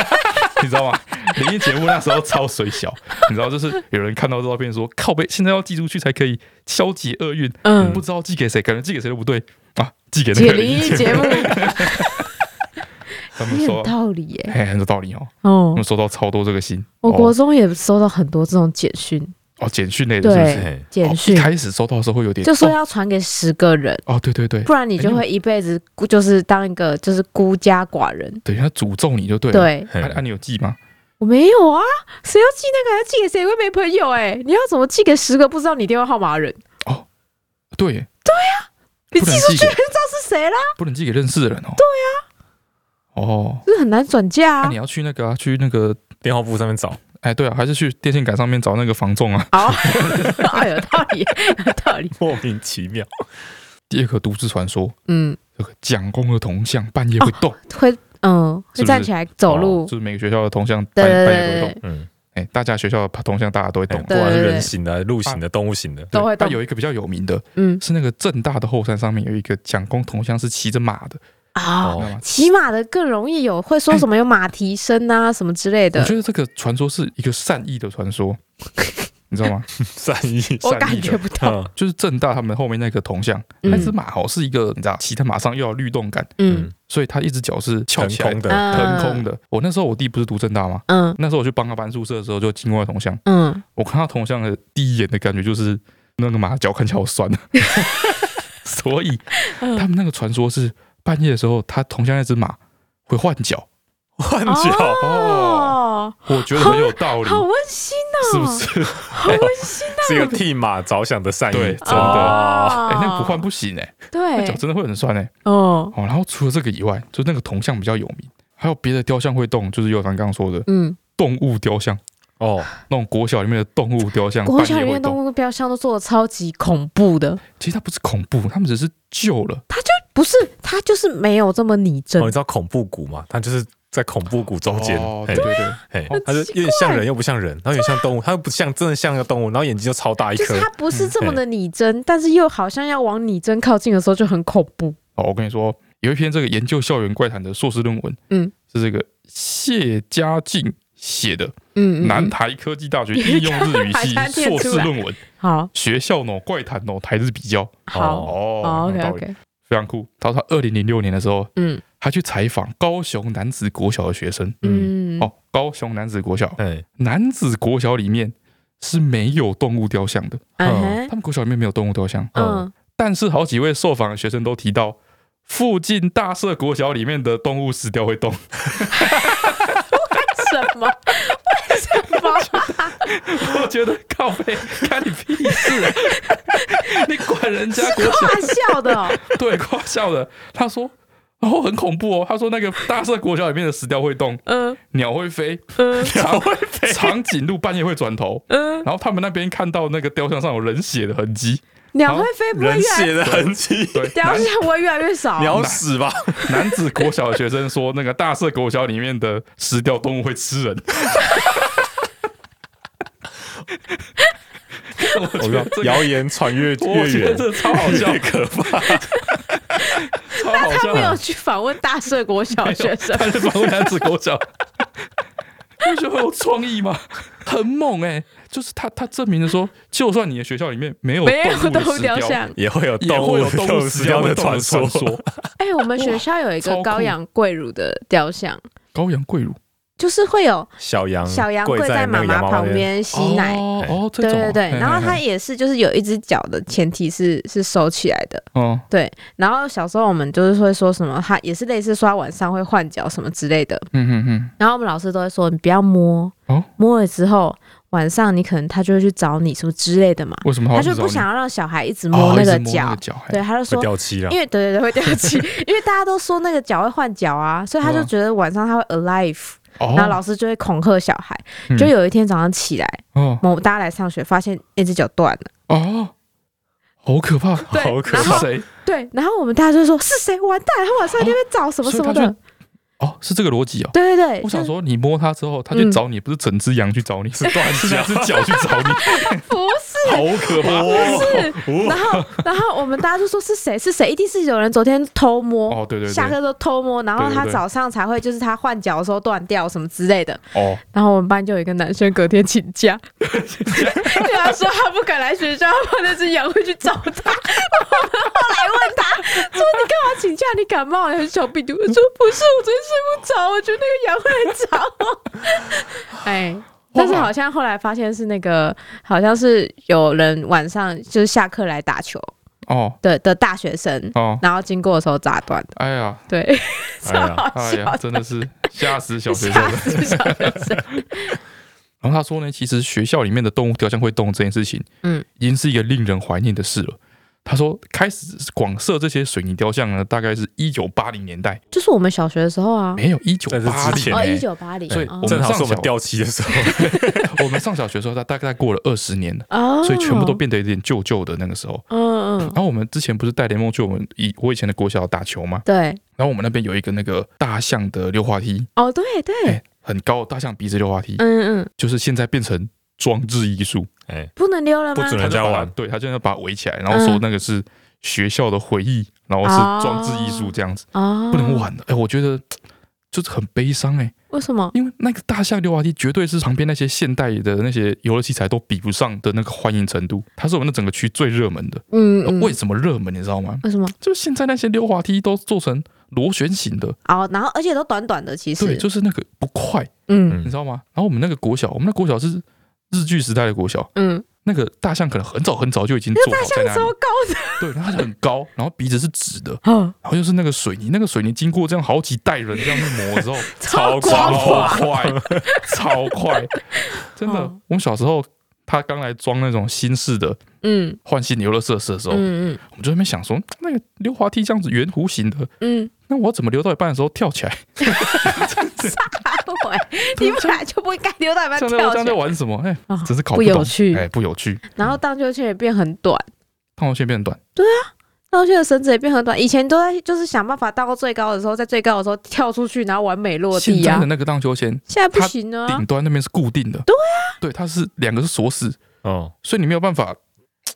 Speaker 2: 你知道吗？灵异节目那时候超水小，你知道，就是有人看到这照片说靠背，现在要寄出去才可以消解厄运，
Speaker 1: 嗯
Speaker 2: 不，知道寄给谁，感觉寄给谁都不对啊，寄给那
Speaker 1: 解
Speaker 2: 个
Speaker 1: 灵
Speaker 2: 灵
Speaker 1: 异
Speaker 2: 异
Speaker 1: 节
Speaker 2: 节
Speaker 1: 目
Speaker 2: 目，，他们
Speaker 1: 也
Speaker 2: 收
Speaker 1: 有
Speaker 2: 到，
Speaker 1: 道理耶，
Speaker 2: 哎，很有道理哦，他
Speaker 1: 哦
Speaker 2: 们，收到超多这个信，
Speaker 1: 我国
Speaker 2: 哦
Speaker 1: 中也收到很多这种简讯，
Speaker 2: 哦简讯类的，是不是？
Speaker 1: 对
Speaker 3: 嘿，
Speaker 1: 简
Speaker 2: 哦一
Speaker 1: 讯
Speaker 2: 开始收到的时候会有点
Speaker 1: 就说
Speaker 2: 哦
Speaker 1: 要传给十个人，
Speaker 2: 哦，对对对，
Speaker 1: 不然你就会一辈子孤就是当一个就是孤家寡人。
Speaker 2: 等一下诅咒你就对了。
Speaker 1: 对，
Speaker 3: 嘿
Speaker 2: 啊啊，你有寄吗？
Speaker 1: 我没有啊，谁要寄那个？要寄给谁？会没朋友哎、你要怎么寄给十个不知道你电话号码的人？
Speaker 2: 对耶，
Speaker 1: 你
Speaker 2: 不
Speaker 1: 寄
Speaker 2: 能
Speaker 1: 出
Speaker 2: 寄
Speaker 1: 去
Speaker 2: 给
Speaker 1: 就知道是谁啦，
Speaker 2: 不能寄给认识的人哦。对呀、哦，
Speaker 1: 就是很难转嫁
Speaker 2: 那
Speaker 1: 啊
Speaker 2: 你。要去那个啊，去那个，
Speaker 3: 电话簿上面找，
Speaker 2: 哎，对啊，还是去电线杆上面找那个房仲啊。
Speaker 1: 好， 哎，有道理， 有道理。
Speaker 3: 莫名其妙，
Speaker 2: 第二个都市传说，
Speaker 1: 嗯，
Speaker 2: 这个蒋公的铜像半夜会动，
Speaker 1: 会，嗯，
Speaker 2: 是
Speaker 1: 会
Speaker 2: 不是
Speaker 1: 站起来走
Speaker 2: 哦
Speaker 1: 路。
Speaker 2: 就是每个学校的铜像
Speaker 1: 对
Speaker 2: 半
Speaker 1: 对
Speaker 2: 半夜
Speaker 1: 对
Speaker 2: 都会
Speaker 1: 对
Speaker 2: 动。，
Speaker 3: 嗯，
Speaker 2: 哎，大家学校的铜像大家都会
Speaker 3: 嘿
Speaker 2: 动。
Speaker 3: 不
Speaker 1: 对
Speaker 3: 管是
Speaker 1: 对对
Speaker 3: 人形的、鹿形的、动物形的，
Speaker 1: 都会动
Speaker 2: 但有一个比较有名的
Speaker 1: 嗯
Speaker 2: 是那个正大的后山上面有一个蒋公铜像，是骑着马的，
Speaker 1: 啊
Speaker 2: 你知道吗？
Speaker 1: 骑马的更容易有，会说什么有马蹄声啊，什么之类
Speaker 2: 我
Speaker 1: 的
Speaker 2: 觉。得这个传说是一个善意的传说， 你知道吗？
Speaker 3: 善意，
Speaker 1: 我
Speaker 2: 善
Speaker 1: 感
Speaker 2: 意
Speaker 1: 觉
Speaker 2: 的，
Speaker 1: 不到。
Speaker 3: 嗯
Speaker 2: 就是正大他们后面那个铜像，
Speaker 1: 嗯
Speaker 2: 那只马好是一个，你知道，骑在马上又要律动感，
Speaker 1: 嗯
Speaker 2: 所以他一只脚是翘
Speaker 3: 腾
Speaker 2: 起来
Speaker 3: 空
Speaker 2: 的，
Speaker 3: 的，
Speaker 1: 哦
Speaker 2: 腾空的。我那时候我弟不是读正大吗？
Speaker 1: 嗯
Speaker 2: 那时候我去帮他搬宿舍的时候，就经过他铜像，
Speaker 1: 嗯，
Speaker 2: 我看到铜像的第一眼的感觉就是那个马脚看起来好酸 啊。所以
Speaker 1: 嗯
Speaker 2: 他们那个传说是半夜的时候，他铜像那只马会换脚，
Speaker 3: 换
Speaker 1: 哦
Speaker 3: 脚，
Speaker 1: 哦，
Speaker 2: 我觉得很有道理，
Speaker 1: 好温馨哦，
Speaker 2: 是不？是？
Speaker 1: 好温馨哦，
Speaker 3: 是一个替马着想的善意，
Speaker 2: 对 真的
Speaker 3: 哦
Speaker 1: 啊
Speaker 2: 哎、那不换不行哎、那脚
Speaker 1: 对
Speaker 2: 真的会很酸哎、
Speaker 1: 哦，
Speaker 2: 哦，然后除了这个以外，就那个铜像比较有名，还有别的雕像会动，就是有咱刚刚说的
Speaker 1: 嗯，
Speaker 2: 动物雕像，
Speaker 3: 哦，
Speaker 2: 那种国小里面的动物雕像，
Speaker 1: 国小里
Speaker 2: 半夜
Speaker 1: 面
Speaker 2: 会
Speaker 1: 动
Speaker 2: 动。
Speaker 1: 物标箱都做的超级恐怖的，
Speaker 2: 其实它不是恐怖，他们只是救了。
Speaker 1: 不是它就是没有这么拟真
Speaker 3: 哦，你知道恐怖谷嘛？它就是在恐怖谷中间，
Speaker 2: 哦
Speaker 3: 嘿
Speaker 2: 对对对，
Speaker 3: 嘿
Speaker 2: 很，
Speaker 3: 它就
Speaker 1: 奇
Speaker 3: 有点像人又不像人，然后有点像动物，它又不像真的像个动物，然后眼睛就超大一
Speaker 1: 就
Speaker 3: 颗
Speaker 1: 是，它不是这么的拟真，但是又好像要往拟真靠近的时候就很恐怖。
Speaker 2: 哦，我跟你说，有一篇这个研究校园怪谈的硕士论文，
Speaker 1: 嗯，
Speaker 2: 是这个谢家静写的，
Speaker 1: 嗯，嗯
Speaker 2: 南
Speaker 1: 嗯
Speaker 2: 台科技大学应用日语
Speaker 1: 把它
Speaker 2: 系
Speaker 1: 念
Speaker 2: 硕
Speaker 1: 出
Speaker 2: 士
Speaker 1: 来
Speaker 2: 论文《
Speaker 1: 好
Speaker 2: 学校脑怪谈脑台日比较》。
Speaker 1: 好
Speaker 2: 哦
Speaker 1: 嗯哦
Speaker 2: 有
Speaker 1: ，OK
Speaker 2: 道理
Speaker 1: OK，
Speaker 2: 非常酷。他说他二零零六年的时候，
Speaker 1: 嗯
Speaker 2: 他去采访高雄男子国小的学生。
Speaker 1: 嗯，
Speaker 2: 哦，高雄男子国小，
Speaker 3: 哎，
Speaker 2: 男子国小里面是没有动物雕像的，
Speaker 1: 嗯哼
Speaker 2: 他们国小里面没有动物雕像。
Speaker 1: 嗯，
Speaker 2: 但是好几位受访的学生都提到，附近大社国小里面的动物死掉会动，
Speaker 1: 什么？为什么？
Speaker 2: 我觉得靠背干你屁 事、啊，你管人家
Speaker 1: 是
Speaker 2: 国小
Speaker 1: 跨校的哦，
Speaker 2: 对夸笑的，他说。然后很恐怖哦，他说那个大社国小里面的死掉会动，
Speaker 1: 嗯
Speaker 2: 鸟会飞，
Speaker 1: 嗯
Speaker 2: 长会飞，长颈鹿半夜会转头，
Speaker 1: 嗯，
Speaker 2: 然后他们那边看到那个雕像上有人血的痕迹，
Speaker 1: 鸟会飞不会
Speaker 3: 人
Speaker 1: 越来
Speaker 3: 血的痕迹，
Speaker 2: 对，
Speaker 1: 雕
Speaker 2: 男
Speaker 1: 像会越来越少，
Speaker 3: 鸟屎吧？
Speaker 2: 男子国小的学生说，那个大社国小里面的石雕动物会吃人。我
Speaker 3: 我
Speaker 2: 觉得这个
Speaker 3: 说谣言传越
Speaker 2: 我
Speaker 3: 越
Speaker 2: 觉得
Speaker 3: 远，
Speaker 2: 这超好笑
Speaker 3: 越，可怕。
Speaker 2: 超好
Speaker 1: 他
Speaker 2: 笑
Speaker 1: 没。有去访问大社国小学生，
Speaker 2: 他是访问男子狗脚，你不觉得很有创意吗？很猛哎、就是他他证明了说，就算你的学校里面没 有
Speaker 1: 没有
Speaker 2: 动物
Speaker 1: 动
Speaker 2: 的
Speaker 1: 物
Speaker 2: 死
Speaker 1: 雕
Speaker 2: 雕，
Speaker 1: 像。
Speaker 3: 也会有
Speaker 2: 也
Speaker 3: 动
Speaker 2: 会
Speaker 3: 物
Speaker 2: 有动物
Speaker 3: 死
Speaker 2: 死
Speaker 3: 掉
Speaker 2: 掉
Speaker 3: 的
Speaker 2: 的传
Speaker 3: 传说。
Speaker 2: 说。
Speaker 1: 哎、我们学
Speaker 2: 哇
Speaker 1: 校有一个
Speaker 2: 超酷
Speaker 1: 高阳贵乳的雕像，
Speaker 2: 羔羊跪乳，
Speaker 1: 就是会有
Speaker 3: 小羊
Speaker 1: 小羊跪
Speaker 3: 嗯在
Speaker 1: 在妈
Speaker 3: 那个
Speaker 1: 妈
Speaker 3: 羊
Speaker 1: 旁
Speaker 3: 那边，
Speaker 1: 边吸奶。
Speaker 2: 哦
Speaker 3: 哎
Speaker 2: 哦，这
Speaker 1: 对
Speaker 2: 种
Speaker 1: 对
Speaker 2: 啊
Speaker 1: 对，然后它
Speaker 2: 嘿嘿
Speaker 1: 也是，就是有一只脚的前提是是收起来的，
Speaker 2: 嘿哦，
Speaker 1: 然后小时候我们就是会说什么，他也是类似说他晚上会换脚什么之类的。
Speaker 2: 嗯嗯嗯，
Speaker 1: 然后我们老师都会说你不要摸，
Speaker 2: 哦
Speaker 1: 摸了之后晚上你可能他就会去找你什么之类的嘛。
Speaker 2: 为什么
Speaker 1: 他
Speaker 2: 好
Speaker 1: 就
Speaker 2: 像
Speaker 1: 不
Speaker 2: 找
Speaker 1: 想要让小孩一直
Speaker 2: 你
Speaker 1: 摸
Speaker 2: 哦
Speaker 1: 那
Speaker 2: 一直
Speaker 1: 个
Speaker 2: 摸
Speaker 1: 脚，
Speaker 2: 脚？嘿
Speaker 1: 对，他就
Speaker 3: 会
Speaker 1: 说。
Speaker 3: 掉漆了
Speaker 1: 因。为对对对会掉 漆，因为大家都说那个脚会换脚啊，所以他就
Speaker 2: 对啊
Speaker 1: 觉得晚上他会 alive，、
Speaker 2: 哦，
Speaker 1: 然后老师就会恐吓小孩。
Speaker 2: 嗯
Speaker 1: 就有一天早上起来，
Speaker 2: 哦
Speaker 1: 某大家来上学，发现那只脚断了。
Speaker 2: 哦，好可怕，
Speaker 1: 对
Speaker 3: 好可
Speaker 1: 然
Speaker 2: 是
Speaker 1: 后
Speaker 3: 怕！
Speaker 2: 谁？
Speaker 1: 对，然后我们大家就说是谁完蛋，他晚上在那边找什么什么的。
Speaker 2: 所以他哦，是这个逻辑哦。
Speaker 1: 对对对，
Speaker 2: 我想
Speaker 1: 就是
Speaker 2: 说，你摸它之后，它去
Speaker 1: 嗯
Speaker 2: 找你，不是整只羊去找你，是断脚，是脚去找你，
Speaker 1: 不是
Speaker 2: 好可 怕！
Speaker 1: 不
Speaker 2: 哦
Speaker 1: 是，然 后然后我们大家就说是谁是谁，一定是有人昨天偷摸。
Speaker 2: 哦，对对
Speaker 1: 下
Speaker 2: 对，
Speaker 1: 课都偷摸，然后
Speaker 2: 对对
Speaker 1: 他
Speaker 2: 对
Speaker 1: 早上才会，就是他换脚的时候断掉什么之类的。
Speaker 2: 哦，
Speaker 1: 然后我们班就有一个男生隔天请假，对他说他不敢来学校，怕那只羊会去找他。我们后来问他说：“你干嘛请假？你感冒还是小病毒？”我说：“不是，我昨天睡不着，我觉得那个羊会来找我。” 哎。但是好像后来发现是那个，好像是有人晚上就是下课来打球
Speaker 2: 哦
Speaker 1: 的的大学生，
Speaker 2: 哦，
Speaker 1: 然后经过的时候砸断的，
Speaker 2: 哎呀，
Speaker 1: 对，
Speaker 3: 哎
Speaker 1: 超
Speaker 3: 呀，
Speaker 1: 好
Speaker 2: 哎
Speaker 1: 笑
Speaker 2: 呀，
Speaker 1: 的，
Speaker 2: 真 的是吓死小学生
Speaker 1: 吓
Speaker 2: 了。
Speaker 1: 死小学生。
Speaker 2: 然后他说呢，其实学校里面的动物雕像会动这件事情，
Speaker 1: 嗯，
Speaker 2: 已经是一个令人怀念的事了。他说，开始广设这些水泥雕像呢，大概是一九八零年代，
Speaker 1: 就是我们小学的时候啊，
Speaker 2: 没有一九
Speaker 3: 在这
Speaker 2: 八
Speaker 3: 之
Speaker 2: 零
Speaker 3: 前
Speaker 1: 哦，
Speaker 3: 欸
Speaker 1: 一九八零，
Speaker 2: 所以
Speaker 1: 哦
Speaker 2: 我们
Speaker 3: 正好是我
Speaker 2: 上
Speaker 3: 们
Speaker 2: 小
Speaker 3: 掉漆的时候，
Speaker 2: 我们上小学的时候，它大概过了二十年了，
Speaker 1: 哦，
Speaker 2: 所以全部都变得有啊点旧旧的那个时候。
Speaker 1: 嗯嗯，
Speaker 2: 然后我们之前不是带联盟去我们以我以前的国小打球吗？
Speaker 1: 对，
Speaker 2: 然后我们那边有一个那个大象的溜滑梯，
Speaker 1: 哦对对，
Speaker 2: 哎、很高的大象鼻子溜滑梯，
Speaker 1: 嗯嗯，
Speaker 2: 就是现在变成装置艺术，
Speaker 3: 哎，
Speaker 1: 不能溜了吗
Speaker 3: 不？准
Speaker 2: 他
Speaker 3: 人
Speaker 2: 就
Speaker 3: 家
Speaker 2: 把它
Speaker 3: 玩，
Speaker 2: 对他就要把它围起来，然后说
Speaker 1: 嗯
Speaker 2: 那个是学校的回忆，然后是装置艺术这样子，
Speaker 1: 哦，
Speaker 2: 不能，玩的。哎、我觉得嘖就是很悲伤哎、
Speaker 1: 为什么？
Speaker 2: 因为那个大象溜滑梯绝对是旁边那些现代的那些游乐器材都比不上的那个欢迎程度，它是我们那整个区最热门的。
Speaker 1: 嗯
Speaker 2: 呃
Speaker 1: 嗯，
Speaker 2: 为什么热门？你知道吗？
Speaker 1: 为什么？
Speaker 2: 就现在那些溜滑梯都做成螺旋形的，
Speaker 1: 哦，然后而且都短短的，其实，
Speaker 2: 对，就是那个不快，
Speaker 1: 嗯
Speaker 2: 你知道吗？然后我们那个国小，我们那国小是日据时代的国小，
Speaker 1: 嗯，
Speaker 2: 那个大象可能很早很早就已经做好在那
Speaker 1: 超
Speaker 2: 里，
Speaker 1: 高
Speaker 2: 对，然后它很高， 然后鼻子是直的，
Speaker 1: 的，哦，
Speaker 2: 然后又是那个水泥，那个水泥经过这样好几代人这样去 磨之后，
Speaker 1: 超
Speaker 3: 超
Speaker 1: 光
Speaker 2: 超
Speaker 1: 滑，
Speaker 2: 快，超快，真的
Speaker 1: 哦。
Speaker 2: 我们小时候，他刚来装那种新式的
Speaker 1: 嗯
Speaker 2: 换新的游乐设施的时候，
Speaker 1: 嗯嗯
Speaker 2: 我们就在那边想说，那个溜滑梯这样子圆弧形的，
Speaker 1: 嗯，
Speaker 2: 那我要怎么溜到一半的时候跳起来？
Speaker 1: 啊喂，你本来就不应该溜到一半
Speaker 2: 这样在这
Speaker 1: 跳
Speaker 2: 样在
Speaker 1: 下，
Speaker 2: 玩什么？哎、
Speaker 1: 啊
Speaker 2: 只是搞
Speaker 1: 不
Speaker 2: 懂
Speaker 1: 有趣
Speaker 2: 哎、不有趣。
Speaker 1: 然后荡秋千也变很短。
Speaker 2: 胖红线变短，
Speaker 1: 荡秋千的绳子也变很短，以前都在就是想办法荡到最高的时候，在最高的时候跳出去，然后完美落
Speaker 2: 现
Speaker 1: 地
Speaker 2: 在
Speaker 1: 啊
Speaker 2: 的。那个荡秋千
Speaker 1: 现在不
Speaker 2: 它
Speaker 1: 行了啊
Speaker 2: 顶，端那边是固定的，对啊，对，它是两个是锁死，
Speaker 3: 哦，
Speaker 2: 所以你没有办法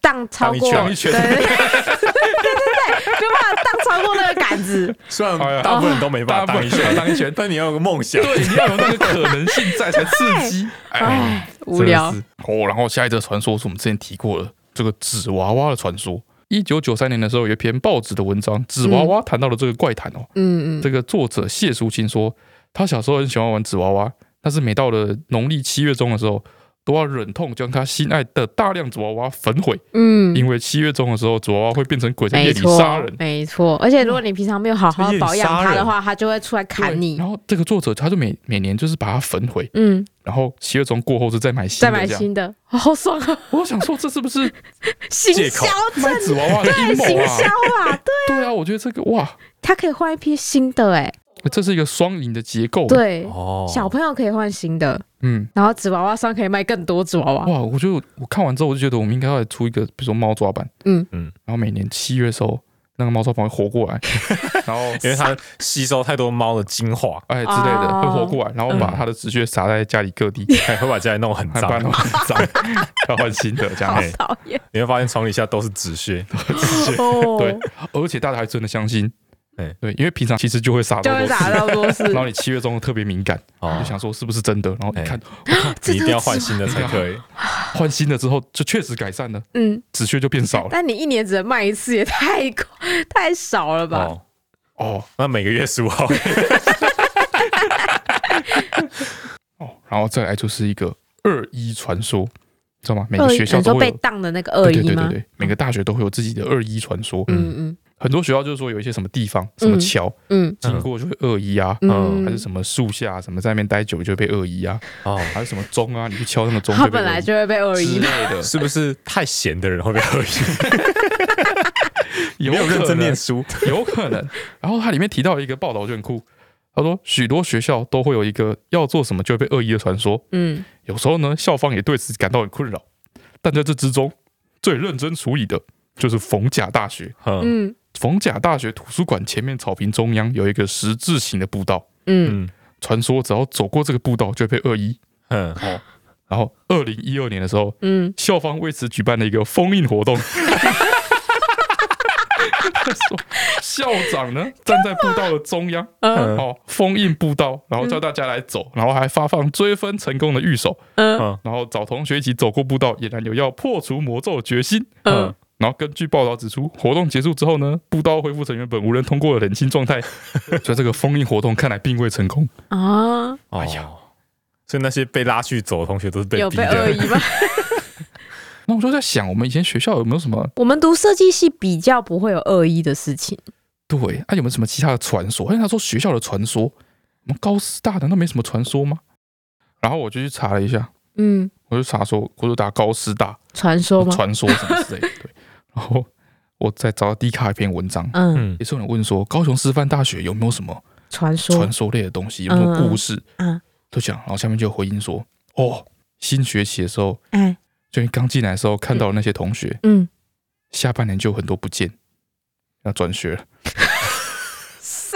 Speaker 1: 荡超过，
Speaker 2: 荡一圈
Speaker 1: 对 对对对对对，没有办法荡超过那个杆 子。
Speaker 3: 虽然
Speaker 2: 哎呀
Speaker 3: 大部分人都没办法
Speaker 2: 大
Speaker 3: 当
Speaker 2: 部
Speaker 3: 一
Speaker 2: 分人
Speaker 3: 圈，
Speaker 2: 当一圈
Speaker 3: 但你要有个梦想，
Speaker 2: 对，你要有那个可能性在才刺激。哎，
Speaker 1: 唉，无聊
Speaker 2: 真。的是哦。然后下一则传说是我们之前提过的这个纸娃娃的传说。一九九三年的时候，有一篇报纸的文章《纸娃娃》谈到了这个怪谈哦。
Speaker 1: 嗯嗯，
Speaker 2: 这个作者谢淑清说，他小时候很喜欢玩纸娃娃，但是每到了农历七月中的时候，都要忍痛将他心爱的大量纸娃娃焚毁，
Speaker 1: 嗯，
Speaker 2: 因为七月中的时候，纸娃娃会变成鬼在夜
Speaker 1: 没
Speaker 2: 里
Speaker 1: 错
Speaker 2: 杀人，。
Speaker 1: 没错。而且如果你平常没有好好
Speaker 3: 这夜里
Speaker 1: 保养
Speaker 3: 杀
Speaker 1: 它的
Speaker 3: 人
Speaker 1: 话，它就会出来
Speaker 2: 对
Speaker 1: 砍你
Speaker 2: 然。后这个作者他就每每年就是把它焚毁，
Speaker 1: 嗯，
Speaker 2: 然后七月中过后就再买新的。
Speaker 1: 再买。新的，好爽啊！
Speaker 2: 我想说，这是不是
Speaker 1: 行
Speaker 3: 借
Speaker 1: 销
Speaker 3: 口
Speaker 2: 卖纸娃娃的阴
Speaker 1: 对，
Speaker 2: 谋
Speaker 1: 行
Speaker 2: 啊？
Speaker 1: 销啊，对，
Speaker 2: 对啊，我觉得这个哇，
Speaker 1: 它可以换一批新的，哎，
Speaker 2: 这是一个双赢的结构。，
Speaker 1: 对，
Speaker 3: 哦
Speaker 1: 小朋友可以换新的，
Speaker 2: 嗯，
Speaker 1: 然后纸娃娃上可以卖更多纸娃娃。
Speaker 2: 哇，我就我看完之后，我就觉得我们应该要出一个，比如说猫抓板，
Speaker 1: 嗯
Speaker 2: 嗯
Speaker 3: 嗯，
Speaker 2: 然后每年七月的时候，那个猫超跑会活过来， 然后
Speaker 3: 因为它吸收太多猫的精华，
Speaker 2: 哎之类的
Speaker 1: 哦
Speaker 2: 会活过来，然后把它的纸屑撒在家里 各地，
Speaker 3: 哎，会把家里弄得很
Speaker 2: 还把它
Speaker 3: 脏
Speaker 2: 弄。很脏，要换新的这样
Speaker 1: 好
Speaker 2: 子。
Speaker 1: 讨厌
Speaker 3: 你会发现床底下都是纸屑，
Speaker 1: 哦，
Speaker 2: 对，而且大家还真的相信
Speaker 3: 哎，
Speaker 2: 对，因为平常其实就会撒
Speaker 1: 就
Speaker 2: 到
Speaker 1: 会
Speaker 2: 多次，
Speaker 1: 打到多次
Speaker 2: 然，后你七月中特别敏 感，
Speaker 3: 哦
Speaker 2: 就想说是不是真的，然后一看
Speaker 1: 这
Speaker 3: 你一定要
Speaker 1: 真
Speaker 3: 换
Speaker 1: 的是
Speaker 3: 新的才可以。
Speaker 2: 换新的之后，就确实改善了，
Speaker 1: 嗯，
Speaker 2: 纸屑就变少了。
Speaker 1: 但你一年只能卖一次，也太过 太少了吧？
Speaker 3: 哦，
Speaker 2: 哦
Speaker 3: 那每个月十五号，
Speaker 2: 哦，然后再来就是一个二一传说，知道吗？每个
Speaker 1: 鳄鱼，
Speaker 2: 学校
Speaker 1: 你说
Speaker 2: 都会
Speaker 1: 被
Speaker 2: 有。
Speaker 1: 当的那个
Speaker 2: 对
Speaker 1: 恶
Speaker 2: 对
Speaker 1: 意
Speaker 2: 对对
Speaker 1: 吗？
Speaker 2: 对，每个大学都会有自己的二一传说。
Speaker 1: 嗯嗯
Speaker 2: 很多学校就是说有一些什么地方、什么桥
Speaker 1: 嗯
Speaker 2: 经过就会恶意啊，
Speaker 1: 嗯，
Speaker 2: 还是什么树下什么在那边待久就会被恶意啊，
Speaker 3: 哦，
Speaker 2: 还有什么钟啊，你去敲那个钟
Speaker 1: 他
Speaker 2: 就被
Speaker 1: 本
Speaker 2: 恶
Speaker 1: 来
Speaker 2: 意
Speaker 1: 就会被恶
Speaker 2: 之
Speaker 1: 意
Speaker 2: 类
Speaker 1: 嘛，
Speaker 2: 的，
Speaker 3: 是不是太闲的人会被恶意？
Speaker 2: 有
Speaker 3: 没有认
Speaker 2: 可
Speaker 3: 真
Speaker 2: 能
Speaker 3: 念书，
Speaker 2: 有可能。然后它里面提到一个报道就很酷，他说许多学校都会有一个要做什么就会被恶意的传说，
Speaker 1: 嗯，
Speaker 2: 有时候呢校方也对此感到很困扰，但在这之中最认真处理的就是逢甲大学。
Speaker 3: 嗯
Speaker 1: 嗯
Speaker 2: 逢甲大学图书馆前面草坪中央有一个十字形的步道，
Speaker 1: 嗯，
Speaker 3: 嗯
Speaker 2: 传说只要走过这个步道就会被恶意。
Speaker 3: 嗯，
Speaker 2: 然后二零一二年的时候，
Speaker 1: 嗯，
Speaker 2: 校方为此举办了一个封印活动。他说校长呢站在步道的中央，
Speaker 1: 嗯
Speaker 3: 嗯
Speaker 2: 哦，封印步道，然后叫大家来走，然后还发放追分成功的玉手，
Speaker 1: 嗯
Speaker 3: 嗯
Speaker 2: 然后找同学一起走过步道，俨然有要破除魔咒的决心。
Speaker 1: 嗯
Speaker 3: 嗯，
Speaker 2: 然后根据报道指出，活动结束之后呢，步道恢复成原本无人通过的冷清状态，所以这个封印活动看来并未成功。
Speaker 1: 啊，
Speaker 3: 哎
Speaker 2: 哎
Speaker 3: 呀
Speaker 2: 呀，
Speaker 3: 所以那些被拉去走的同学都是被
Speaker 1: 有
Speaker 3: 逼
Speaker 1: 被恶
Speaker 3: 的
Speaker 1: 意。 吗？
Speaker 2: 那我就在想，我们以前学校有没有什么
Speaker 1: 我们读设计系比较不会有恶意的事情，
Speaker 2: 对啊？有没有什么其他的传说？哎因为他说学校的传说，我们高师大难道没什么传说吗？然后我就去查了一下，
Speaker 1: 嗯，
Speaker 2: 我就查说，我就打高师大，
Speaker 1: 传说吗？
Speaker 2: 传说什 么之类的。对，然后我再找到 D 卡一篇文章，
Speaker 1: 嗯，
Speaker 3: 嗯
Speaker 2: 也是有人问说，高雄师范大学有没有什么
Speaker 1: 传说
Speaker 2: 传，说类的东西，有没有故事？
Speaker 1: 嗯嗯
Speaker 2: 就讲，然后下面就有回应说，哦，新学期的时候，
Speaker 1: 哎，
Speaker 2: 就你刚进来的时候看到的那些同学，
Speaker 1: 嗯，
Speaker 2: 下半年就有很多不见，要转学了，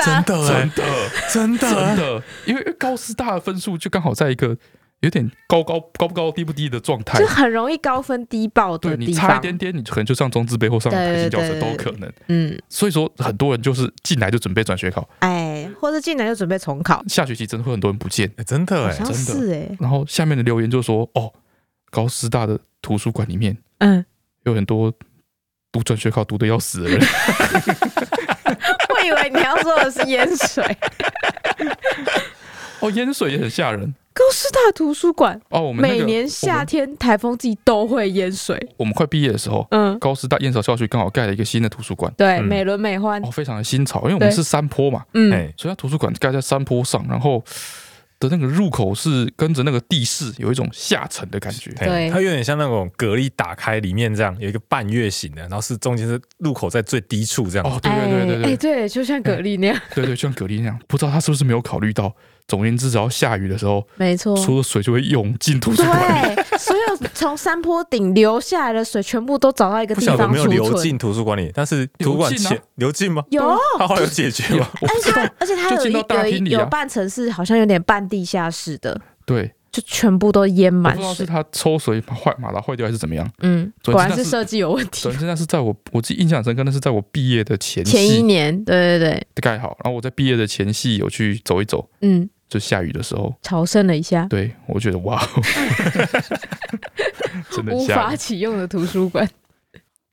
Speaker 1: 真
Speaker 3: 的哎，
Speaker 2: 的，欸
Speaker 3: 真 的
Speaker 2: 真
Speaker 3: 哎，
Speaker 2: 的，因为高师大的分数就刚好在一个有点高高高不高低不低的状态
Speaker 1: 就。很容易高分低报的
Speaker 2: 对你
Speaker 1: 地
Speaker 2: 差一
Speaker 1: 方，
Speaker 2: 点点，你可能就上中字辈或上台新教
Speaker 1: 对
Speaker 2: 程
Speaker 1: 对
Speaker 2: 都
Speaker 1: 对
Speaker 2: 有可能。
Speaker 1: 嗯，
Speaker 2: 所以说，很多人就是进来就准备转学考，
Speaker 1: 哎，或者进来就准备重考，
Speaker 2: 下学期真的会很多人不见。
Speaker 3: 真的
Speaker 1: 好
Speaker 3: 哎，
Speaker 1: 像是哎，
Speaker 2: 然后下面的留言就说：“哦，高师大的图书馆里面
Speaker 1: 嗯，
Speaker 2: 有很多读转学考读的要死的人，
Speaker 1: 我以为你要说的是淹水，
Speaker 2: 哦，淹水也很吓人
Speaker 1: 高师大图书馆
Speaker 2: 哦。我们、那
Speaker 1: 每
Speaker 2: 个、
Speaker 1: 年
Speaker 2: 我
Speaker 1: 夏
Speaker 2: 们
Speaker 1: 天台风季都会淹水，
Speaker 2: 我们快毕业的时候，
Speaker 1: 嗯，
Speaker 2: 高师大燕巢校区刚好盖了一个新的图书馆，
Speaker 1: 对，
Speaker 3: 嗯
Speaker 1: 美轮美奂，
Speaker 2: 哦，非常的新潮，因为我们
Speaker 1: 对
Speaker 2: 是山坡嘛，
Speaker 1: 嗯
Speaker 3: 哎，
Speaker 2: 所以它图书馆盖在山坡上，然后的那个入口是跟着那个地势有一种下沉的感觉。
Speaker 1: 对
Speaker 3: 它有点像那种蛤蜊打开里面这样有一个半月形的，然后是中间是入口在最低处这样。
Speaker 2: 哦，对对对对
Speaker 1: 哎哎，
Speaker 2: 对
Speaker 1: 对，就像蛤蜊那样，
Speaker 2: 对对，就像蛤蜊那样，不知道他是不是没有考虑到，总而言之，只要下雨的时候，
Speaker 1: 没错
Speaker 2: 所有水就会涌进图书馆里。
Speaker 1: 对，所有从山坡顶流下来的水，全部都找到一个
Speaker 3: 不
Speaker 1: 地
Speaker 3: 晓得有
Speaker 1: 方
Speaker 3: 没有
Speaker 1: 储
Speaker 3: 流
Speaker 1: 存。
Speaker 3: 进图书馆里，但是图书馆
Speaker 2: 流进啊
Speaker 3: 前流进吗？
Speaker 1: 有，啊
Speaker 3: 它后来有解决 吗？
Speaker 2: 我不知道，
Speaker 1: 而且它
Speaker 2: 就
Speaker 1: 有
Speaker 2: 进
Speaker 1: 一
Speaker 2: 到大
Speaker 1: 有
Speaker 2: 厅
Speaker 1: 一
Speaker 2: 里啊
Speaker 1: 有半层是好像有点半地下室的，
Speaker 2: 对，
Speaker 1: 就全部都淹
Speaker 2: 我
Speaker 1: 满
Speaker 2: 不知道是
Speaker 1: 水。
Speaker 2: 他抽水把坏马达坏掉还是怎么样。
Speaker 1: 嗯，
Speaker 2: 总之
Speaker 1: 果然
Speaker 2: 它
Speaker 1: 是
Speaker 2: 是
Speaker 1: 设计有问题
Speaker 2: 总。之，那是在我我自己印象很深刻，那是在我毕业的前夕
Speaker 1: 前一年，对对对，
Speaker 2: 盖好，然后我在毕业的前夕有去走一走，
Speaker 1: 嗯，
Speaker 2: 就下雨的时候，
Speaker 1: 朝圣了一下，
Speaker 2: 对我觉得哇，哦 真的很
Speaker 1: 无
Speaker 2: 吓
Speaker 1: 法
Speaker 2: 人
Speaker 1: 启用的图书馆。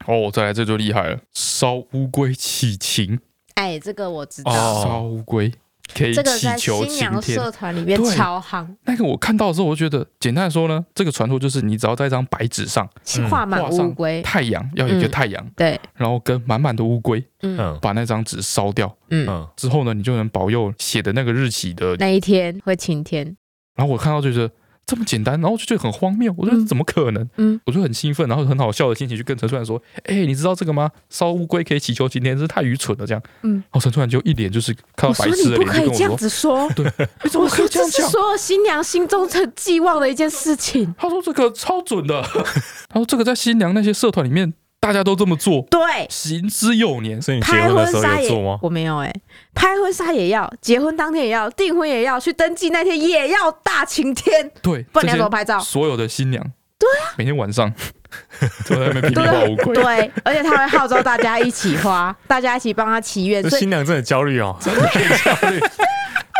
Speaker 2: 哦！再来这就厉害了，烧乌龟起晴，
Speaker 1: 哎，这个我知道，
Speaker 3: 哦
Speaker 2: 烧乌龟可以
Speaker 1: 这个在
Speaker 2: 祈求
Speaker 1: 新
Speaker 2: 晴
Speaker 1: 娘
Speaker 2: 天。
Speaker 1: 社团里面
Speaker 2: 对嗯
Speaker 1: 超夯，
Speaker 2: 那个我看到的时候，我就觉得简单的说呢，这个传说就是你只要在一张白纸上，
Speaker 3: 嗯
Speaker 1: 画满
Speaker 2: 画上
Speaker 1: 乌龟。
Speaker 2: 太阳要有一个
Speaker 1: 嗯
Speaker 2: 太阳，
Speaker 1: 对，
Speaker 2: 然后跟满满的乌龟，
Speaker 1: 嗯
Speaker 3: 嗯
Speaker 2: 把那张纸烧掉
Speaker 1: 嗯，
Speaker 3: 嗯，
Speaker 2: 之后呢，你就能保佑写的那个日期的。
Speaker 1: 那一天会晴天。
Speaker 2: 然后我看到就觉得这么简单，然后就觉得很荒谬，我觉得
Speaker 1: 嗯
Speaker 2: 怎么可能？
Speaker 1: 嗯，
Speaker 2: 我就很兴奋，然后很好笑的心情去跟陈川说：“哎、你知道这个吗？烧乌龟可以祈求晴天，真是太愚蠢了。”这样，
Speaker 1: 嗯
Speaker 2: 然后陈川就一脸就是看
Speaker 1: 我
Speaker 2: 到白
Speaker 1: 说
Speaker 2: 痴
Speaker 1: 你
Speaker 2: 的
Speaker 1: 不
Speaker 2: 脸，就
Speaker 1: 可
Speaker 2: 跟
Speaker 1: 以
Speaker 2: 我
Speaker 1: 这样
Speaker 2: 说
Speaker 1: 子说。：“
Speaker 2: 你怎么可以
Speaker 1: 说
Speaker 2: 这样
Speaker 1: 是
Speaker 2: 讲
Speaker 1: 所有新娘心中的寄望的一件事情？”。
Speaker 2: 他说：“这个超准的。”他说：“这个在新娘那些社团里面大家都这么做，
Speaker 1: 对，
Speaker 2: 行之有年。
Speaker 3: 所以你结
Speaker 1: 拍
Speaker 3: 婚的
Speaker 1: 婚
Speaker 3: 时候
Speaker 1: 纱
Speaker 3: 有
Speaker 1: 也
Speaker 3: 做吗？
Speaker 1: 我没有哎、拍婚纱也要，结婚当天也要，订婚也要，去登记那天也要大晴天，
Speaker 2: 对，
Speaker 1: 不然
Speaker 2: 这
Speaker 1: 你要
Speaker 2: 些
Speaker 1: 怎么拍照？
Speaker 2: 所有的新娘，对啊，每天 晚上都在那边
Speaker 1: 对啊
Speaker 2: 平花无
Speaker 1: 不对
Speaker 2: 愧，
Speaker 1: 对，而且他会号召大家一起花，大家一起帮他祈愿，
Speaker 3: 这
Speaker 1: 所以
Speaker 3: 新娘真的焦虑哦，
Speaker 2: 真的很焦虑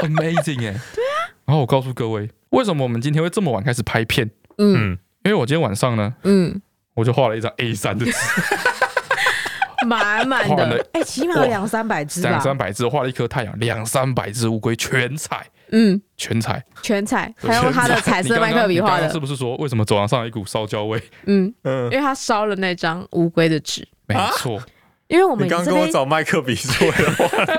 Speaker 2: ，amazing 哎、对啊。然后我告诉各位，为什么我们今天会这么晚开始拍片？
Speaker 1: 嗯
Speaker 3: 嗯，
Speaker 2: 因为我今天晚上呢，
Speaker 1: 嗯，
Speaker 2: 我就画了一张 A 三的纸，
Speaker 1: 满满
Speaker 2: 画
Speaker 1: 的
Speaker 2: 了，
Speaker 1: 哎、起码有
Speaker 2: 哇
Speaker 1: 两三百只
Speaker 2: 两
Speaker 1: 吧，
Speaker 2: 三百只，画了一颗太阳，两三百只乌龟，全彩，
Speaker 1: 嗯，
Speaker 2: 全彩。
Speaker 1: 全彩，他用他的彩
Speaker 2: 你
Speaker 1: 色
Speaker 2: 刚
Speaker 1: 麦
Speaker 2: 刚
Speaker 1: 克笔
Speaker 2: 你
Speaker 1: 画
Speaker 2: 刚刚
Speaker 1: 的
Speaker 2: 是，不是说为什么走廊上有一股烧焦味？
Speaker 1: 嗯，
Speaker 3: 嗯
Speaker 1: 因为他烧了那张乌龟的纸，
Speaker 2: 没错，
Speaker 1: 因为我们
Speaker 3: 你刚刚
Speaker 1: 这
Speaker 3: 跟我
Speaker 1: 边
Speaker 3: 找麦克笔说的 话，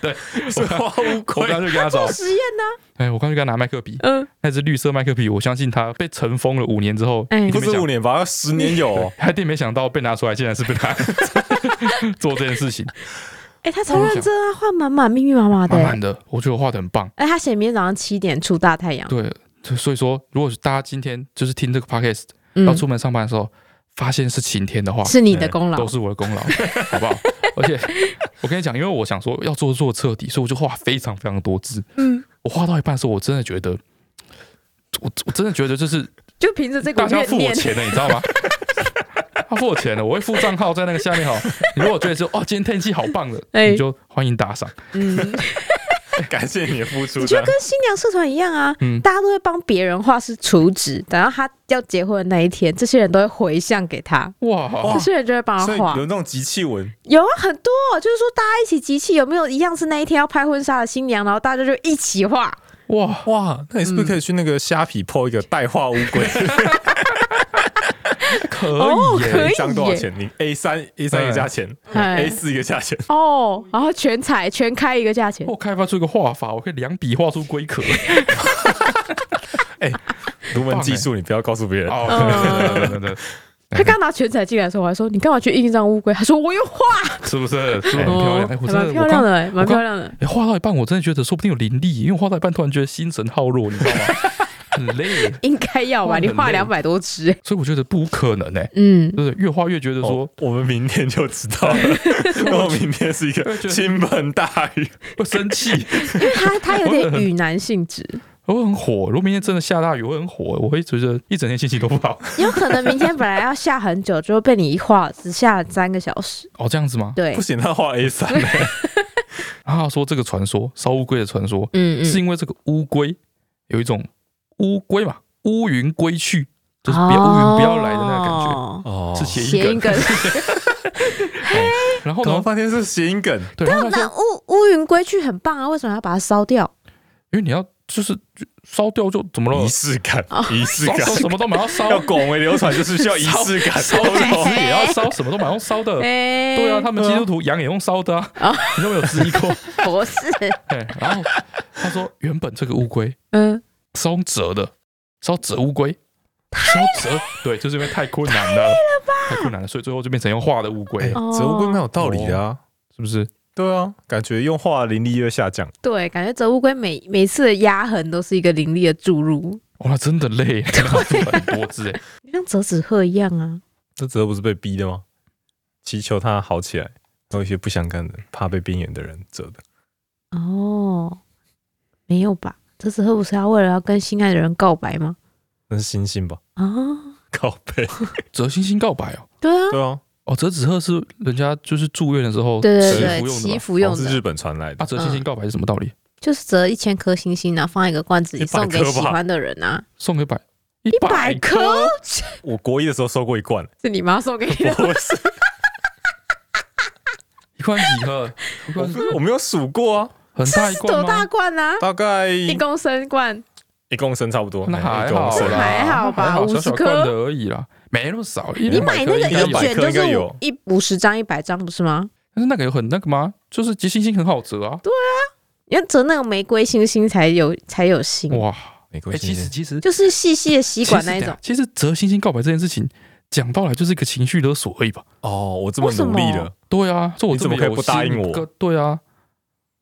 Speaker 1: 对
Speaker 3: 是花乌
Speaker 2: 我
Speaker 3: 龟，
Speaker 2: 刚刚就给他找，
Speaker 1: 实验呢、
Speaker 2: 哎，我刚刚就给他拿麦克笔，
Speaker 1: 嗯，
Speaker 2: 那只绿色麦克笔，我相信他被尘封了五年之后，
Speaker 1: 哎
Speaker 2: 一
Speaker 3: 不
Speaker 2: 定没
Speaker 3: 是五
Speaker 2: 想，
Speaker 3: 年吧，要十年有哦。
Speaker 2: 他一定没想到被拿出来， 竟然是被
Speaker 1: 啊
Speaker 2: 他做这件事情，
Speaker 1: 哎、他超认真啊，画满满、密密麻麻的、
Speaker 2: 满
Speaker 1: 欸。
Speaker 2: 满的，我觉得我画的很棒。
Speaker 1: 哎、他写明天早上七点出大太阳，
Speaker 2: 对，就所以说，如果大家今天就是听这个 podcast
Speaker 1: 嗯
Speaker 2: 要，出门上班的时候，发现是晴天的话，
Speaker 1: 是你的功劳
Speaker 2: 都。是我的功劳，好不好？而且我跟你讲，因为我想说要做做彻底，所以我就画非常非常多字。
Speaker 1: 嗯，
Speaker 2: 我画到一半的时候，我真的觉得，我我真的觉得就是
Speaker 1: 就凭着这股
Speaker 2: 大家要
Speaker 1: 怨
Speaker 2: 付我
Speaker 1: 念，
Speaker 2: 钱了，你知道吗？他付我钱了，我会付账号在那个下面哈。你如果觉得说哦，今天天气好棒的，
Speaker 1: 哎
Speaker 2: 你就欢迎打赏。
Speaker 1: 嗯，
Speaker 3: 感谢你的付出，
Speaker 1: 你就
Speaker 3: 这样
Speaker 1: 跟新娘社团一样啊，
Speaker 2: 嗯
Speaker 1: 大家都会帮别人画是厨纸，等到他要结婚的那一天，这些人都会回向给他，
Speaker 2: 哇
Speaker 1: 这，些人就会帮
Speaker 3: 所
Speaker 1: 他
Speaker 3: 以
Speaker 1: 画
Speaker 3: 有。那种集气文，
Speaker 1: 有啊，很多哦，就是说大家一起集气，有没有一样是那一天要拍婚纱的新娘，然后大家就一起画，
Speaker 2: 哇，
Speaker 3: 哇，那你是不是可以去那个虾皮 PO 一个带画乌龟，
Speaker 2: 可
Speaker 1: 哦
Speaker 2: 以耶！
Speaker 1: 可以
Speaker 3: 一张多少钱？你 A 三 A 三一个价钱
Speaker 1: 哎
Speaker 3: ，A 四一个价钱，
Speaker 1: 哦，然后全彩全开一个价钱，
Speaker 2: 我开发出一个画法，我可以两笔画出龟壳。
Speaker 3: 独门技术你不要告诉别人。
Speaker 2: 哦，对对对对对对，哎
Speaker 1: 他刚拿全彩进来的时候，我还说你干嘛去印一张乌龟？他说我有画，哦
Speaker 2: 是不是？是不是很漂亮？哎，我
Speaker 1: 还
Speaker 2: 真的
Speaker 1: 蛮漂
Speaker 2: 我
Speaker 1: 亮
Speaker 2: 刚
Speaker 1: 的、欸，蛮漂亮的。
Speaker 2: 哎，画到一半，我真的觉得说不定有灵力，因为画到一半突然觉得心神耗弱，你知道吗？很累，
Speaker 1: 应该要吧？
Speaker 2: 哇
Speaker 1: 你画
Speaker 2: 很累
Speaker 1: 两百多只、 欸，
Speaker 2: 所以我觉得不可能哎，
Speaker 1: 嗯，
Speaker 2: 就是越画越觉得说
Speaker 3: 哦，我们明天就知道了。 我明天是一个倾盆大雨，
Speaker 2: 会生气，
Speaker 1: 他他有点与男性质，
Speaker 2: 我会很火。如果明天真的下大雨，我会很火，我会觉得一整天心情都不好。
Speaker 1: 有可能明天本来要下很久，就被你一画只下了三个小时。
Speaker 2: 哦，这样子吗？
Speaker 1: 对
Speaker 3: 不，行，他画 A 三，
Speaker 2: 然后他说这个传说烧乌龟的传说，
Speaker 1: 嗯
Speaker 2: 是因为这个乌龟有一种乌龟嘛，乌云归去，就是别乌云不要来的那个感觉。
Speaker 1: 觉。
Speaker 3: 哦
Speaker 2: 是谐
Speaker 1: 哦谐
Speaker 2: 音
Speaker 1: 音
Speaker 2: 梗
Speaker 1: 梗，，
Speaker 2: 然后
Speaker 3: 搞了
Speaker 2: 呢？
Speaker 3: 半天是谐音梗，
Speaker 2: 对，然后他
Speaker 1: 那
Speaker 2: 说，
Speaker 1: 乌乌云归去很棒啊，为什么要把它烧掉？
Speaker 2: 因为你要就是就烧掉就怎么了
Speaker 3: 仪？式感
Speaker 1: 哦，
Speaker 3: 仪式
Speaker 2: 烧
Speaker 3: 感
Speaker 2: 烧，什么都 蛮要烧，
Speaker 3: 要广为流传就是需要仪式感，
Speaker 2: 烧
Speaker 3: 懂
Speaker 2: 纸
Speaker 3: 吗
Speaker 2: 也要烧，什么都蛮用烧的。
Speaker 1: 哎
Speaker 2: 对啊，他们基督徒羊也用烧的啊，
Speaker 1: 啊
Speaker 2: 你都没有质疑过。
Speaker 1: 不是，
Speaker 2: 哎，然后他说，原本这个乌龟
Speaker 1: 嗯，
Speaker 2: 是用折的，是要折乌龟，是要折，对，就是因为太困难了，太困难了，所以最后就变成用画的乌龟
Speaker 3: 哎，
Speaker 2: 了，
Speaker 1: 哦
Speaker 3: 折乌龟蛮有道理的啊。
Speaker 2: 是不是？
Speaker 3: 对啊，感觉用画的灵力越下降。
Speaker 1: 对，感觉折乌龟每每次的压痕都是一个凌厉的注入，
Speaker 2: 哇，真的累，做了很多只哎，
Speaker 1: 就像折纸鹤一样啊。
Speaker 3: 这泽不是被逼的吗？祈求他好起来，还有一些不相干的、怕被边缘的人折的。
Speaker 1: 哦，没有吧？折纸鹤不是要为了要跟心爱的人告白吗？
Speaker 3: 那是星星吧？
Speaker 1: 啊，
Speaker 3: 靠背。
Speaker 2: 折星星告白哦。
Speaker 1: 对啊，
Speaker 3: 对啊，
Speaker 2: 哦，折纸鹤是人家就是住院的时候
Speaker 1: 对对
Speaker 2: 呃
Speaker 1: 对，
Speaker 2: 祈福用的
Speaker 1: 祈
Speaker 2: 吧。
Speaker 1: 福用
Speaker 3: 好哦像是
Speaker 1: 的
Speaker 3: 日，本传来
Speaker 2: 啊，
Speaker 3: 的。
Speaker 2: 折星星告白是什么道理？
Speaker 1: 就是折一千颗星星，然后放在一个罐子里
Speaker 3: 一百
Speaker 1: 送给
Speaker 3: 颗吧
Speaker 1: 喜欢的人啊。
Speaker 2: 送给百一
Speaker 1: 一百颗，
Speaker 3: 我国一的时候收过一罐，
Speaker 1: 是你妈送给你的？
Speaker 3: 我是
Speaker 2: 一罐几颗？一
Speaker 3: 我
Speaker 2: 罐
Speaker 3: 我没有数过啊，
Speaker 2: 很大一
Speaker 1: 多
Speaker 2: 罐
Speaker 1: 大
Speaker 2: 吗？
Speaker 1: 罐啊？
Speaker 3: 大概
Speaker 1: 一
Speaker 3: 一
Speaker 1: 公升罐，
Speaker 3: 公升差不多，
Speaker 2: 那
Speaker 3: 哎
Speaker 2: 还
Speaker 3: 一公
Speaker 2: 好
Speaker 3: 升
Speaker 2: 啦，
Speaker 1: 还好吧
Speaker 2: 那还小
Speaker 1: 50
Speaker 2: 小
Speaker 1: 颗
Speaker 2: 罐的而已啦，没那么少。你
Speaker 1: 你买那个
Speaker 3: 应该
Speaker 1: 一
Speaker 3: 有
Speaker 1: 卷就
Speaker 3: 应该
Speaker 1: 是
Speaker 3: 有
Speaker 1: 五一五十张、一百张，不是吗？
Speaker 2: 但是那个有很那个吗？就是吉星星很好折啊。
Speaker 1: 因为折那个玫瑰星星才有才有心，
Speaker 2: 哇，
Speaker 3: 玫瑰
Speaker 2: 哎，其
Speaker 3: 星
Speaker 2: 实
Speaker 3: 星，
Speaker 2: 其实
Speaker 1: 就是细细的吸管那一种。
Speaker 2: 其实折星星告白这件事情，讲到来就是一个情绪勒索而已吧。
Speaker 3: 哦，我这么努力
Speaker 1: 为什
Speaker 3: 了
Speaker 1: 么，
Speaker 2: 对啊，这我
Speaker 3: 你怎么
Speaker 2: 这
Speaker 3: 可以
Speaker 2: 有
Speaker 3: 不答应
Speaker 2: 心
Speaker 3: 我
Speaker 2: 个对啊，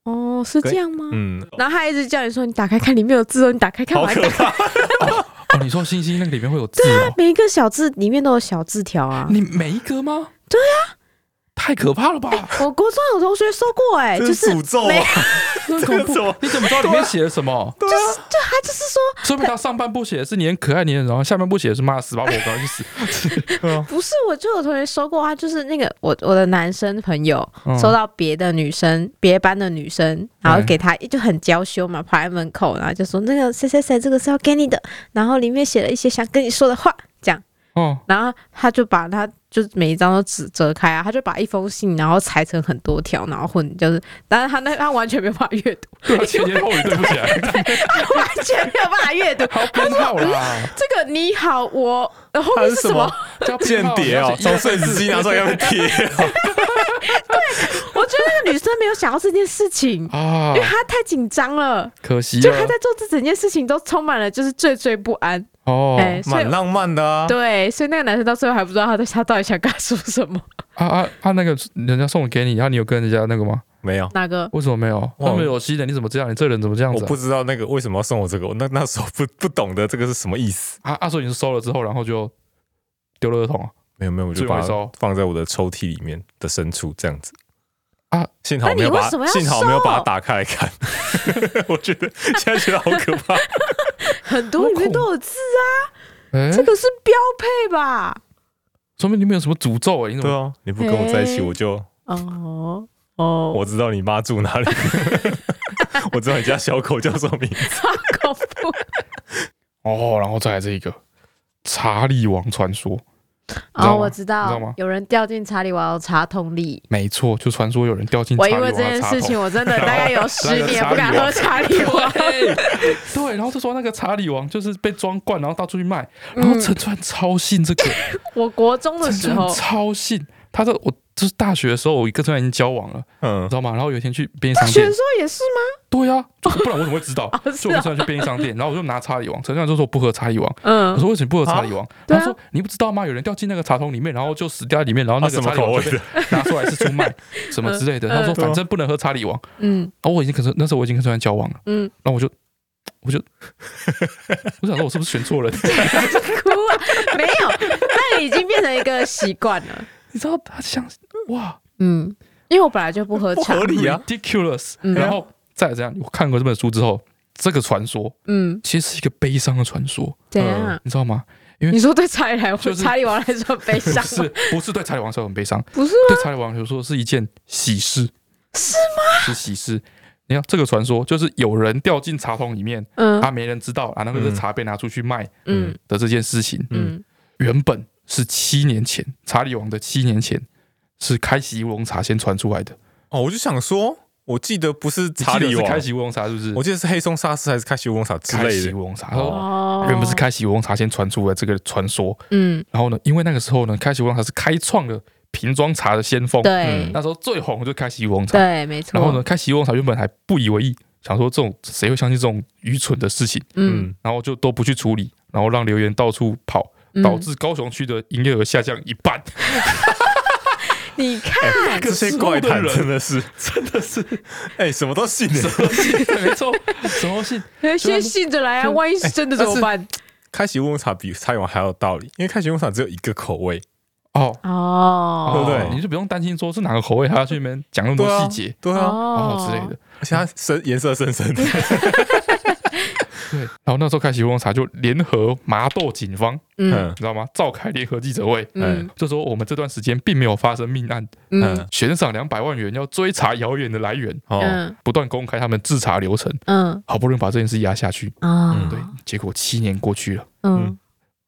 Speaker 1: 哦，是
Speaker 3: 可以
Speaker 1: 这样吗？
Speaker 3: 嗯，
Speaker 1: 然后他一直叫你说你打开看里面有字哦，你打开看
Speaker 3: 好
Speaker 1: 我还
Speaker 3: 可
Speaker 1: 打
Speaker 3: 怕，
Speaker 2: 哦，你说星星那个里面会有字哦？
Speaker 1: 每一个小字里面都有小字条啊。
Speaker 2: 你每一个吗？对啊，太可怕了吧！
Speaker 1: 哎我国中有同学说过、哎，
Speaker 3: 这
Speaker 1: 就是是
Speaker 3: 诅咒
Speaker 1: 没
Speaker 3: 啊
Speaker 1: 有！
Speaker 2: 那很
Speaker 3: 这
Speaker 2: 恐
Speaker 3: 是什
Speaker 2: 怖
Speaker 3: 么，
Speaker 2: 你怎么知道里面写了什么？
Speaker 3: 对啊，
Speaker 1: 就他就是说，
Speaker 2: 说明他上半部写的是你很可爱，你很然后下半部写的是妈的死吧我，赶快去死！
Speaker 1: 不是，我就有同学说过，他就是那个我我的男生朋友
Speaker 2: 嗯
Speaker 1: 收到别的女生、别班的女生，然后
Speaker 2: 对
Speaker 1: 给他就很娇羞嘛，跑来门口，然后就说那个谁谁谁这个是要给你的，然后里面写了一些想跟你说的话，这样，
Speaker 2: 哦，
Speaker 1: 然后他就把他就每一张都折折开啊，他就把一封信然后裁成很多条，然后混就是，但是他那他完全没有办法阅读，
Speaker 2: 对啊，前言后语对不起来，
Speaker 1: 他完全没有办法阅读。
Speaker 2: 好编号啦，
Speaker 1: 这个你好，我然后
Speaker 3: 他
Speaker 1: 面
Speaker 3: 是
Speaker 1: 是
Speaker 3: 什
Speaker 1: 什
Speaker 3: 么
Speaker 1: 么？
Speaker 2: 叫编
Speaker 3: 间
Speaker 2: 号
Speaker 3: 谍哦，从摄影机拿出来给他 们贴 哦，
Speaker 1: 我觉得那个女生没有想到这件事 情，
Speaker 2: 啊
Speaker 1: 因为，她太紧张了。
Speaker 2: 可惜哦
Speaker 1: 就他
Speaker 2: 了
Speaker 1: 在做这整件事情都充满了就是惴惴不安，
Speaker 2: 哦
Speaker 1: 哎、所以
Speaker 3: 蛮浪漫的啊。
Speaker 1: 对，所以那个男生到最后还不知道他在他到底想跟他说什 么。
Speaker 2: 啊啊啊！那个人家送给你，啊然后你有跟人家那个吗？
Speaker 3: 没有，
Speaker 1: 哪个？
Speaker 2: 为什么没有？
Speaker 3: 哇
Speaker 2: 他们有吸的，你怎么这样？你这人怎么这样
Speaker 3: 我
Speaker 2: 子啊
Speaker 3: 不知道那个为什么要送我这个，我那那时候不不懂得这个是什么意思。
Speaker 2: 啊？啊啊！所以你是收了之后，然后就丢垃圾桶啊？
Speaker 3: 没有没有，我
Speaker 2: 最
Speaker 3: 就
Speaker 2: 后
Speaker 3: 把
Speaker 2: 一
Speaker 3: 它
Speaker 2: 收
Speaker 3: 放在我的抽屉里面的深处，这样子
Speaker 2: 啊。
Speaker 3: 幸好没有
Speaker 1: 那
Speaker 3: 把
Speaker 1: 你为什么要
Speaker 3: 幸好没有把它
Speaker 1: 收啊
Speaker 3: 打开来看， 我觉得现在觉得好可怕。
Speaker 1: 很多里面都有字啊，
Speaker 2: 哎、
Speaker 1: 这个是标配吧？
Speaker 2: 说明你们有什么诅咒哎、你怎
Speaker 3: 对
Speaker 2: 么？
Speaker 3: 啊，你不跟我在一起，
Speaker 1: 哎
Speaker 3: 我就
Speaker 1: 哦哦，
Speaker 3: 我知道你妈住哪里， 我知道你家小狗叫什么名字。
Speaker 1: 超恐怖
Speaker 2: 哦，然后再来这一个查理王传说，道吗
Speaker 1: 哦！我知
Speaker 2: 你知道
Speaker 1: 道
Speaker 2: 吗，
Speaker 1: 有人掉进查理娃娃茶桶里。
Speaker 2: 没错，就传说有人掉进查
Speaker 1: 我
Speaker 2: 理
Speaker 1: 因
Speaker 2: 王
Speaker 1: 为这
Speaker 2: 的
Speaker 1: 件
Speaker 2: 茶
Speaker 1: 事
Speaker 2: 桶
Speaker 1: 情，我真的大概有
Speaker 2: 那
Speaker 1: 十
Speaker 2: 个
Speaker 1: 年
Speaker 2: 查
Speaker 1: 不
Speaker 2: 理
Speaker 1: 敢
Speaker 2: 娃
Speaker 1: 喝查理娃娃。
Speaker 2: 对，然后就说那个查理王就是被装罐，然后到处去卖，
Speaker 1: 嗯
Speaker 2: 然后陈川超信这个，
Speaker 1: 我国中的
Speaker 2: 陈
Speaker 1: 时
Speaker 2: 川
Speaker 1: 候，
Speaker 2: 超信。他在我就是大学的时候，我跟陈川已经交往了，你
Speaker 3: 嗯
Speaker 2: 知，道吗？然后有一天去便利
Speaker 1: 大
Speaker 2: 商
Speaker 1: 学
Speaker 2: 店
Speaker 1: 的，时候也是
Speaker 2: 对呀、就是不然我怎么会知道？
Speaker 1: 哦是
Speaker 2: 就我
Speaker 1: 哦
Speaker 2: 跟陈川去便利商店，然后我就拿查理王，陈川就说我不喝查理王，
Speaker 1: 吗？嗯
Speaker 2: 我，说为什么不喝查理王？
Speaker 1: 对
Speaker 2: 他
Speaker 1: 啊
Speaker 2: 说你不知道吗？有人掉进那个茶桶里面，然后就死掉在里面，然后那
Speaker 3: 啊
Speaker 2: 个
Speaker 3: 什
Speaker 2: 查
Speaker 3: 么
Speaker 2: 理
Speaker 3: 口
Speaker 2: 王
Speaker 3: 味
Speaker 2: 就被
Speaker 3: 的？
Speaker 2: 拿出来是出卖什么之类的。
Speaker 1: 嗯
Speaker 2: 他说
Speaker 3: 对啊
Speaker 2: 反正不能喝查理王，
Speaker 1: 嗯
Speaker 2: 然后哦我已经跟陈那时候我已经跟陈川交往了，
Speaker 1: 嗯，
Speaker 2: 然后我就我就我想说我是不是选 错人？
Speaker 1: 哭啊！没有，那个已经变成一个习惯了。
Speaker 2: 你知道他想哇，
Speaker 1: 嗯，因为我本来就不喝
Speaker 3: 不
Speaker 1: 茶
Speaker 3: 合。理啊！
Speaker 2: ridiculous。
Speaker 1: 嗯
Speaker 2: 然后再来这样，我看过这本书之后，这个传说
Speaker 1: 嗯，
Speaker 2: 其实是一个悲伤的传说，
Speaker 1: 怎样啊？
Speaker 2: 你知道吗？
Speaker 1: 你说对查理来，
Speaker 2: 嗯就是
Speaker 1: 查理王来说悲
Speaker 2: 不
Speaker 1: 伤
Speaker 2: 是
Speaker 1: 吗？
Speaker 2: 不是对查理王说很悲伤，
Speaker 1: 不是
Speaker 2: 对查理王来说是一件喜事，
Speaker 1: 是
Speaker 2: 吗？是喜事。你看这个传说，就是有人掉进茶桶里面，
Speaker 1: 嗯
Speaker 2: 啊，没人知道，啊，那个
Speaker 3: 嗯
Speaker 2: 茶被拿出去卖
Speaker 1: 嗯
Speaker 2: 的这件事情，
Speaker 1: 嗯，
Speaker 2: 原本是七年前查理王的七年前是开禧乌龙茶先传出来的，
Speaker 3: 哦，我就想说，我记得不是
Speaker 2: 你
Speaker 3: 查
Speaker 2: 记得
Speaker 3: 理
Speaker 2: 是
Speaker 3: 王，
Speaker 2: 开禧乌龙茶是不是？
Speaker 3: 我记得是黑松沙士还是开西乌龙茶之
Speaker 2: 开
Speaker 3: 类
Speaker 2: 禧
Speaker 3: 的。
Speaker 2: 乌龙茶，
Speaker 3: 哦
Speaker 1: 哦
Speaker 2: 嗯原本是，开禧乌龙茶先传出了这个传说，
Speaker 1: 嗯，
Speaker 2: 然后呢，因为那个时候呢，开禧乌龙茶是开创了瓶装茶的先锋，
Speaker 1: 对
Speaker 2: 嗯那时候最红就是开禧乌龙茶。
Speaker 1: 对，没错。
Speaker 2: 然后呢，？开禧乌龙茶原本还不以为意，想说这种谁会相信这种愚蠢的事情，
Speaker 1: 嗯，
Speaker 3: 嗯，
Speaker 2: 然后就都不去处理，然后让留言到处跑，
Speaker 1: 嗯
Speaker 2: 导致高雄区的营业额下降一 半。
Speaker 1: 你看，
Speaker 2: 哎
Speaker 3: 这些怪谈真的是，
Speaker 2: 真的是
Speaker 3: 哎，什么都信的
Speaker 2: 什。么信？没错，什么信？
Speaker 1: 先信着来啊，万一是真的怎么
Speaker 2: 哎
Speaker 1: 办？
Speaker 3: 开禧乌龙茶比茶饮王还有道理，因为开禧乌龙茶只有一个口味，
Speaker 2: 哦，
Speaker 1: 哦，
Speaker 3: 对不对
Speaker 2: 哦你就不用担心说是哪个口味，还要去那边讲那么
Speaker 3: 对
Speaker 2: 多
Speaker 3: 啊
Speaker 2: 细节，
Speaker 3: 对啊，
Speaker 2: 哦
Speaker 1: 哦
Speaker 2: 之类的。。
Speaker 3: 而且它深颜色深深的，
Speaker 2: 对，然后那时候开禧乌龙茶就联合麻豆警方，你
Speaker 1: 嗯
Speaker 3: 嗯
Speaker 2: 知道吗？召开联合记者会，
Speaker 1: 嗯
Speaker 2: 就说我们这段时间并没有发生命案，
Speaker 1: 嗯
Speaker 3: 嗯，
Speaker 2: 悬赏两百万元要追查谣言的来源，
Speaker 3: 哦，
Speaker 1: 嗯
Speaker 2: 不断公开他们制查流程，
Speaker 1: 嗯
Speaker 2: 好不容易把这件事压下去。
Speaker 3: 嗯
Speaker 1: 啊，
Speaker 2: 嗯对，结果七年过去了，
Speaker 1: 嗯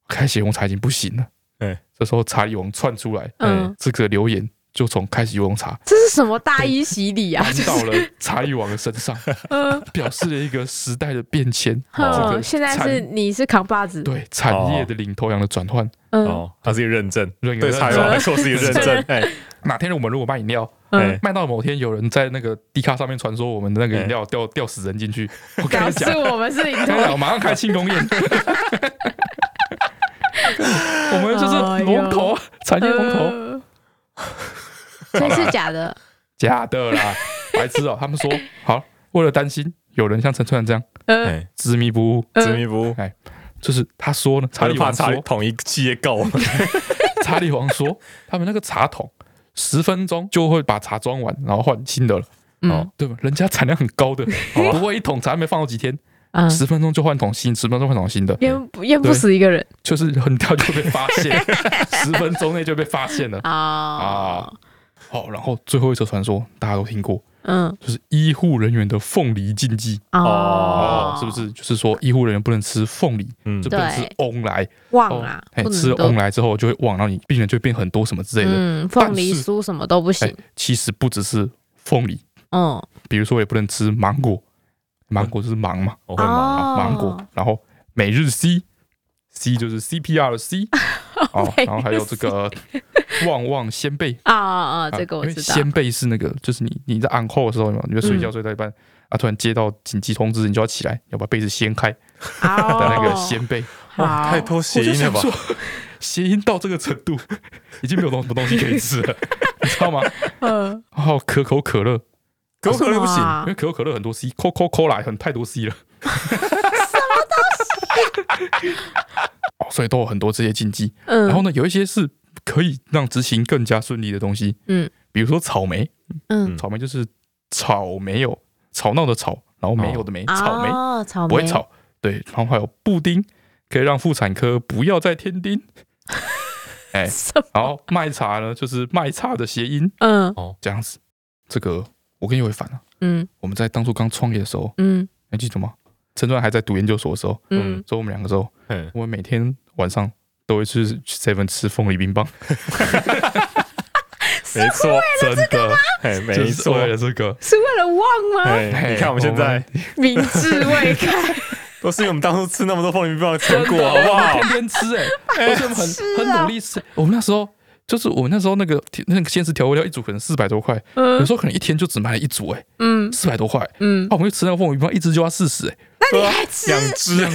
Speaker 2: 开禧乌龙茶已经不行了。
Speaker 3: 哎
Speaker 2: 这时候查理王窜出来，
Speaker 1: 嗯，
Speaker 2: 这个留言就从开禧乌龙 茶
Speaker 1: 这是什么大衣洗礼啊？
Speaker 2: 搬到了查理王的身 上，
Speaker 1: 嗯，
Speaker 2: 表示了一个时代的变迁。哦这
Speaker 1: 哼，
Speaker 2: 个
Speaker 1: 现在
Speaker 2: 产
Speaker 1: 是你是扛把子，
Speaker 2: 对产业的领头羊的转换。
Speaker 1: 嗯
Speaker 3: 哦，它是一个认证，
Speaker 2: 认个
Speaker 3: 对茶饮王来说是一个认证，哎
Speaker 2: 哪天我们如果卖饮料，
Speaker 1: 嗯
Speaker 3: 哎，，
Speaker 2: 卖到某天有人在那个 D 卡上面传说我们的那个饮料掉掉死人进去，我跟
Speaker 1: 表
Speaker 2: 你
Speaker 1: 示
Speaker 2: 讲，
Speaker 1: 我们是领
Speaker 2: 我
Speaker 1: 头
Speaker 2: 跟你讲，
Speaker 1: 羊
Speaker 2: 我马上开庆功宴。我们就是龙头产业龙头，
Speaker 1: 呃真是假的？
Speaker 2: 假的啦，白痴哦！他们说好，为了担心有人像陈川这样
Speaker 1: 呃
Speaker 3: 哎，
Speaker 2: 执迷不悟，
Speaker 1: 呃
Speaker 3: 执迷不悟，
Speaker 2: 就是他说呢，查
Speaker 3: 他就
Speaker 2: 理
Speaker 3: 怕
Speaker 2: 王
Speaker 3: 查理
Speaker 2: 说，
Speaker 3: 统一企业告我们，
Speaker 2: 查理王说，他们那个茶桶十分钟就会把茶装完，然后换新的了，哦
Speaker 1: 嗯
Speaker 2: 对吧？人家产量很高的，哦不会一桶茶没放好几天，
Speaker 1: 嗯，
Speaker 2: 十分钟就换桶新，十分钟换桶新的，
Speaker 1: 淹不淹
Speaker 2: 对
Speaker 1: 不死一个人
Speaker 2: 就是很快就被发 现，十分钟内就被发现了。
Speaker 1: 啊
Speaker 2: 啊，好，然后最后一则传说大家都听过，
Speaker 1: 嗯
Speaker 2: 就是医护人员的凤梨禁忌
Speaker 1: 哦
Speaker 2: 哦，是不？是？就是说医护人员不能吃凤梨，
Speaker 3: 嗯
Speaker 2: 就不能吃
Speaker 1: 对
Speaker 2: 翁来，
Speaker 1: 忘啦
Speaker 2: 哎，，
Speaker 1: 啊不
Speaker 2: 吃
Speaker 1: 能
Speaker 2: 翁
Speaker 1: 都
Speaker 2: 来之后就会忘，然后你病人就会变很多什么之类的。
Speaker 1: 嗯，凤梨
Speaker 2: 但是
Speaker 1: 酥什么都不
Speaker 2: 哎
Speaker 1: 行，，
Speaker 2: 其实不只是凤梨，
Speaker 1: 嗯
Speaker 2: 比如说也不能吃芒果，芒果就是芒嘛，
Speaker 3: 我会忙。
Speaker 1: 哦，
Speaker 2: 芒果，然后每日 C，C 就是 CPR 的 C，哦，
Speaker 1: 每日
Speaker 2: 然后还有这个旺旺仙贝，
Speaker 1: 啊啊啊，
Speaker 2: 啊
Speaker 1: 这个我
Speaker 2: 因为
Speaker 1: 知道，嗯
Speaker 2: 先辈是那个，就是你你在按后的时候，有没有你在睡觉睡到一半、啊，突然接到紧急通知，你就要起来，要把被子掀开的 那
Speaker 1: 那
Speaker 2: 个先辈，
Speaker 1: 哦好，
Speaker 3: 太多谐音了吧
Speaker 2: 我就？想说？谐音到这个程度， 已经没有东什么东西可以吃了， 你知道吗？
Speaker 1: 嗯，啊
Speaker 2: 还有可口可乐，
Speaker 3: 可口可乐不行，
Speaker 2: 因
Speaker 1: 哇
Speaker 2: 为可口可乐很多 C，可口可乐很太多 C 了。什么 东西？哦，所以都有很多这些禁忌。
Speaker 1: 嗯，
Speaker 2: 然后呢，有一些是可以让执行更加顺利的东西，
Speaker 1: 嗯，
Speaker 2: 比如说草莓，
Speaker 1: 嗯，
Speaker 2: 草莓就是吵没有吵闹的吵，然后没有的没、嗯草莓
Speaker 1: 哦，草莓
Speaker 2: 不会，吵，对，然后还有布丁可以让妇产科不要再添丁，哎
Speaker 1: 什么
Speaker 2: 然后麦茶呢就是麦茶的谐音，
Speaker 1: 嗯
Speaker 2: 这样子。这个我跟你回反了、
Speaker 1: 嗯
Speaker 2: 我们在当初刚创业的时候，
Speaker 1: 嗯
Speaker 2: 还记得吗？陈川还在读研究所的时候，
Speaker 1: 嗯，
Speaker 2: 所以我们两个时候，
Speaker 3: 嗯，
Speaker 2: 我们每天晚上都会去 seven 吃凤梨冰棒，
Speaker 3: 没错，真的，哎，
Speaker 2: 就
Speaker 3: 没
Speaker 2: 是
Speaker 3: 错
Speaker 2: 为，了这个，
Speaker 1: 是为了忘吗？
Speaker 3: 哎，你看我们现在
Speaker 1: 明智未开，
Speaker 3: 都是因为我们当初吃那么多凤梨冰棒的成果，好不好？
Speaker 2: 天天吃哎、而且我们很、
Speaker 1: 是啊
Speaker 2: 很努力吃。我们那时候就是我们那时候那个那个鲜食调味料一组可能四百多块，有
Speaker 1: 嗯
Speaker 2: 时候可能一天就只买了一组哎、
Speaker 1: 嗯
Speaker 2: 四百多块。啊，
Speaker 1: 嗯，
Speaker 2: 我们就吃那个凤梨冰棒，一只就要四十哎，
Speaker 3: 那你还吃两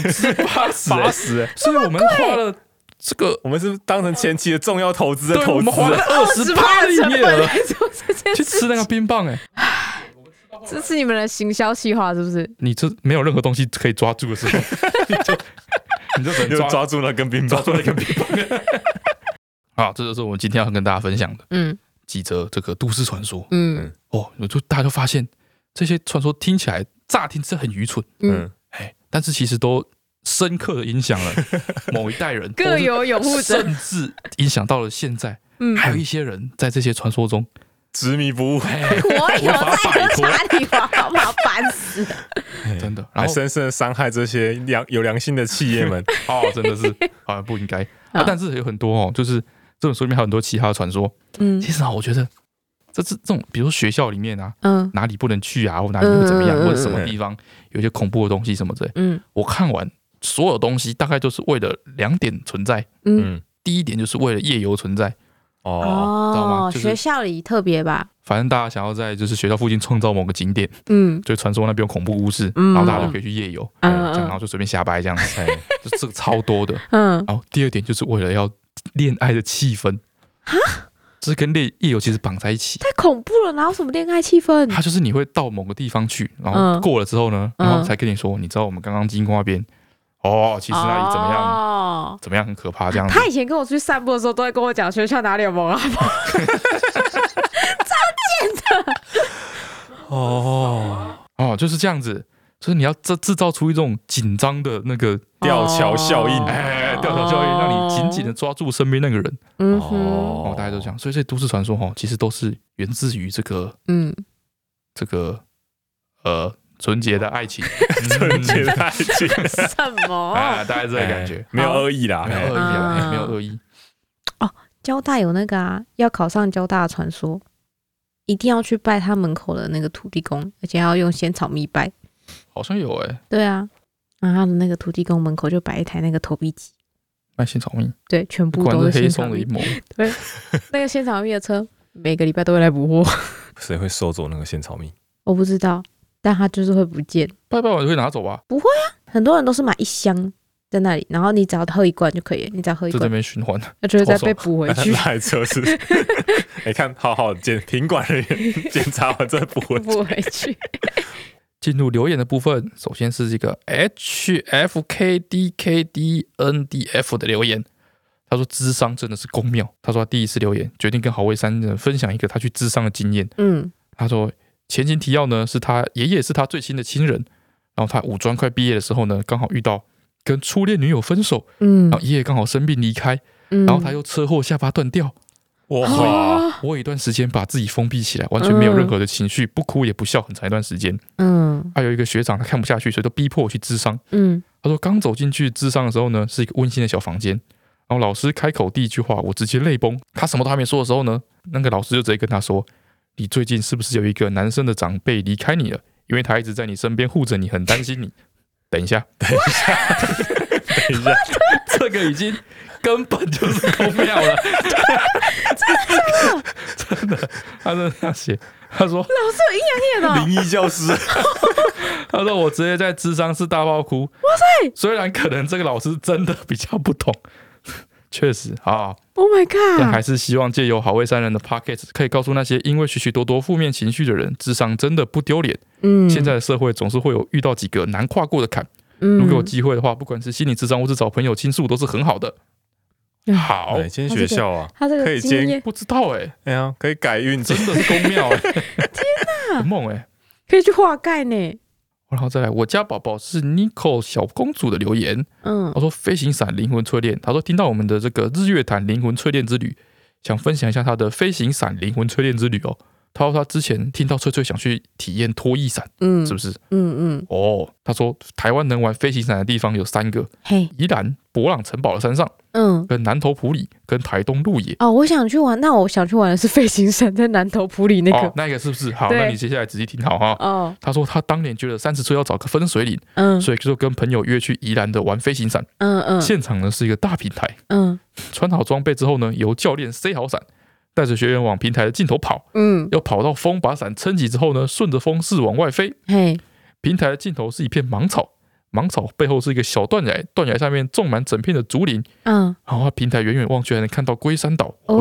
Speaker 3: 只，
Speaker 2: 是八十
Speaker 3: 八
Speaker 2: 哎，
Speaker 3: 十，哎
Speaker 2: 所以我们花了这个，
Speaker 3: 我们是当成前期的重要投资的
Speaker 2: 对，
Speaker 3: 投
Speaker 2: 我
Speaker 3: 资
Speaker 2: 们花了
Speaker 3: 哎，
Speaker 2: 二十趴的营业额
Speaker 1: 来做这件
Speaker 2: 去
Speaker 1: 事，
Speaker 2: 吃那个冰棒哎、
Speaker 1: 这是你们的行销计划是不是？
Speaker 2: 你这没有任何东西可以抓住的 时候，你就你就只能
Speaker 3: 就
Speaker 2: 抓
Speaker 3: 抓住那根冰棒，抓住那根冰棒，
Speaker 2: 啊，这就是我们今天要跟大家分享的
Speaker 1: 嗯
Speaker 2: 几则这个都市传说
Speaker 1: 嗯
Speaker 2: 哦。我就大家就发现这些传说听起来乍听是很愚蠢。
Speaker 1: 嗯，
Speaker 3: 嗯，
Speaker 2: 哎，但是其实都深刻的影响了某一代人，
Speaker 1: 各有拥
Speaker 2: 或
Speaker 1: 护
Speaker 2: 是
Speaker 1: 者，
Speaker 2: 甚至影响到了现在，
Speaker 1: 嗯，
Speaker 2: 还有一些人在这些传说中，
Speaker 3: 执迷不悟，
Speaker 2: 哎，
Speaker 1: 我有在喝
Speaker 2: 无法
Speaker 1: 茶里王，好不好？烦死 了！
Speaker 2: 真的，然后
Speaker 3: 还哎深深的伤害这些良有良心的企业们，
Speaker 2: 哦，真的是 好像不应该啊
Speaker 1: 啊，
Speaker 2: 但是有很多哦，就是这本书里面还有很多其他的传说。
Speaker 1: 嗯
Speaker 2: 其实啊，我觉得这是这种，比如说学校里面啊，
Speaker 1: 嗯
Speaker 2: 哪里不能去啊，或哪里会怎么样，
Speaker 1: 嗯嗯嗯
Speaker 2: 或者什么地方有一些恐怖的东西什么之类。
Speaker 1: 嗯
Speaker 2: 我看完所有东西，大概就是为了两点存在。
Speaker 1: 嗯，
Speaker 3: 嗯，
Speaker 2: 第一点就是为了夜游存在，
Speaker 3: 哦，
Speaker 2: 知道
Speaker 1: 哦
Speaker 2: 吗，就是
Speaker 1: 学校里特别吧？
Speaker 2: 反正大家想要在就是学校附近创造某个景点，
Speaker 1: 嗯
Speaker 2: 就传说那边有恐怖故事，
Speaker 1: 嗯
Speaker 2: 然后大家就可以去夜游，
Speaker 1: 嗯
Speaker 2: 嗯这
Speaker 1: 嗯
Speaker 2: 样然后就随便瞎掰这样子，
Speaker 3: 哎，
Speaker 2: 就这个超多的。
Speaker 1: 嗯，
Speaker 2: 然后第二点就是为了要恋爱的气氛，这是跟夜夜游其实绑在一起。
Speaker 1: 太恐怖了，哪有什么恋爱气氛？
Speaker 2: 它就是你会到某个地方去，然后
Speaker 1: 嗯
Speaker 2: 过了之后呢，
Speaker 1: 嗯
Speaker 2: 然后才跟你说，你知道我们刚刚经过那边，哦， 其实那里怎么样，嗯
Speaker 1: 哦
Speaker 2: 怎么样很可怕这样子。
Speaker 1: 他以前跟我出去散步的时候，都会跟我讲学校哪里有 蒙阿波。
Speaker 3: 哦，
Speaker 2: 哦，就是这样子，就是你要制制造出一种紧张的那个，
Speaker 3: 吊桥效
Speaker 1: 哦
Speaker 3: 应
Speaker 2: 哎哎，哎吊桥效应，让你紧紧的抓住身边那个人。
Speaker 1: 嗯哼，
Speaker 2: 哦
Speaker 3: 哦，
Speaker 2: 大家都这样，所以这些都市传说哈，其实都是源自于这个
Speaker 1: 嗯，
Speaker 2: 这个呃纯洁的爱情，
Speaker 3: 纯洁 的爱情，
Speaker 1: 什么？
Speaker 2: 啊，大概这个感觉，
Speaker 3: 哎没有恶意啦，
Speaker 2: 没有恶意啊，
Speaker 1: 啊
Speaker 2: 哎没有恶意，
Speaker 1: 交大有那个啊，要考上交大的传说，一定要去拜他门口的那个土地公，而且还要用仙草蜜拜。
Speaker 2: 好像有哎，
Speaker 1: 对啊，然后他的那个土地公门口就摆一台那个投币机，
Speaker 2: 卖仙草蜜，
Speaker 1: 对，全部
Speaker 2: 果
Speaker 1: 都
Speaker 2: 然黑
Speaker 1: 仙草
Speaker 2: 松的
Speaker 1: 蜜
Speaker 2: 阴。谋，
Speaker 1: 那个仙草蜜的车每个礼拜都会来补货，
Speaker 3: 谁会收走那个仙草蜜？
Speaker 1: 我不知道，但它就是会不见。
Speaker 2: 拜拜完就会拿走啊吧，
Speaker 1: 很多人都是买一箱在那里，然后你只要喝一罐就可以了，你只要喝一
Speaker 2: 就在那
Speaker 1: 罐，
Speaker 2: 边循环，
Speaker 1: 那就会再
Speaker 2: 投手
Speaker 1: 被补回
Speaker 3: 那
Speaker 1: 去
Speaker 3: 那。台 车是， 哎，看，好好检品管人员检查完再补回去。
Speaker 1: 不回去。
Speaker 2: 进入留言的部分，首先是这个 H F K D K D N D F 的留言。他说：“智商真的是公庙。”他说：“他第一次留言，决定跟郝卫山呢分享一个他去智商的经验。
Speaker 1: 嗯，
Speaker 2: 他说前情提要呢是他爷爷是他最亲的亲人，然后他五专快毕业的时候呢，刚好遇到跟初恋女友分手，
Speaker 1: 嗯
Speaker 2: 然后爷爷刚好生病离开，
Speaker 1: 嗯，
Speaker 2: 然后他又车祸下巴断掉。
Speaker 3: 哇，
Speaker 1: 啊，
Speaker 2: 我有一段时间把自己封闭起来，完全没有任何的情绪，不哭也不笑，很长一段时间。
Speaker 1: 嗯
Speaker 2: 还有一个学长他看不下去，所以都逼迫我去智商。
Speaker 1: 嗯
Speaker 2: 他说刚走进去智商的时候呢，是一个温馨的小房间。然后老师开口第一句话，我直接泪崩。他什么都还没说的时候呢，那个老师就直接跟他说：“你最近是不是有一个男生的长辈离开你了？因为他一直在你身边护着你，很担心你。等一下，
Speaker 3: 等一下，
Speaker 2: 这个已经根本就是公庙 了，真的 真的，他真的这样写。他说，
Speaker 1: 老师有阴阳眼哦，
Speaker 3: 灵异教师，
Speaker 2: 他说我直接在智商室大爆哭。哇塞！虽然可能这个老师真的比较不懂， 确实啊，
Speaker 1: ，Oh my
Speaker 2: 但还
Speaker 1: god，
Speaker 2: 是希望借由好味三人的 pocket，可以告诉那些因为许许多多负面情绪的人，智商真的不丢脸。
Speaker 1: 嗯，
Speaker 2: 现在的社会总是会有遇到几个难跨过的坎，
Speaker 1: 如
Speaker 2: 如果有机会的话，不管是心理智商或是找朋友倾诉，都是很好的。
Speaker 1: 嗯
Speaker 2: 好，
Speaker 3: 哪间学校啊？
Speaker 1: 他这
Speaker 3: 可
Speaker 1: 个
Speaker 3: 以
Speaker 1: 经
Speaker 3: 接
Speaker 1: 验
Speaker 2: 不知道哎、
Speaker 3: 哎呀，可以改运气
Speaker 2: 真。的是公庙哎、 天哪， 很猛哎、
Speaker 1: 可以去化钙呢，
Speaker 2: 然后再来，我家宝宝是 Nico 小公主的留言，
Speaker 1: 嗯
Speaker 2: 她说飞行伞灵魂淬炼，她说听到我们的这个日月潭灵魂淬炼之旅，想分享一下她的飞行伞灵魂淬炼之旅哦。她说她之前听到翠翠想去体验脱翼伞，
Speaker 1: 嗯，
Speaker 2: 是不是？
Speaker 1: 嗯嗯，
Speaker 2: 哦，她说台湾能玩飞行伞的地方有三个：
Speaker 1: 嘿，
Speaker 2: 宜兰博朗城堡的山上，
Speaker 1: 嗯。
Speaker 2: 跟南投埔里，跟台东鹿野。
Speaker 1: 哦，我想去玩，那我想去玩的是飞行伞，在南头埔里那
Speaker 2: 哦
Speaker 1: 个，。
Speaker 2: 那个是不是好？
Speaker 1: 对
Speaker 2: 那你接下来仔细听好哈。
Speaker 1: 哦，
Speaker 2: 她说她当年觉得三十岁要找个分水岭，
Speaker 1: 嗯
Speaker 2: 所以就跟朋友约去宜兰的玩飞行伞。
Speaker 1: 嗯嗯
Speaker 2: 现场呢是一个大平台，
Speaker 1: 嗯
Speaker 2: 穿好装备之后呢，由教练塞好伞，带着学员往平台的尽头跑，
Speaker 1: 嗯，
Speaker 2: 要跑到风把伞撑起之后呢，顺着风势往外飞。
Speaker 1: 嘿，
Speaker 2: 平台的尽头是一片芒草，芒草背后是一个小断崖，断崖下面种满整片的竹林。
Speaker 1: 嗯，
Speaker 2: 然后他平台远远望去还能看到龟山岛。哦，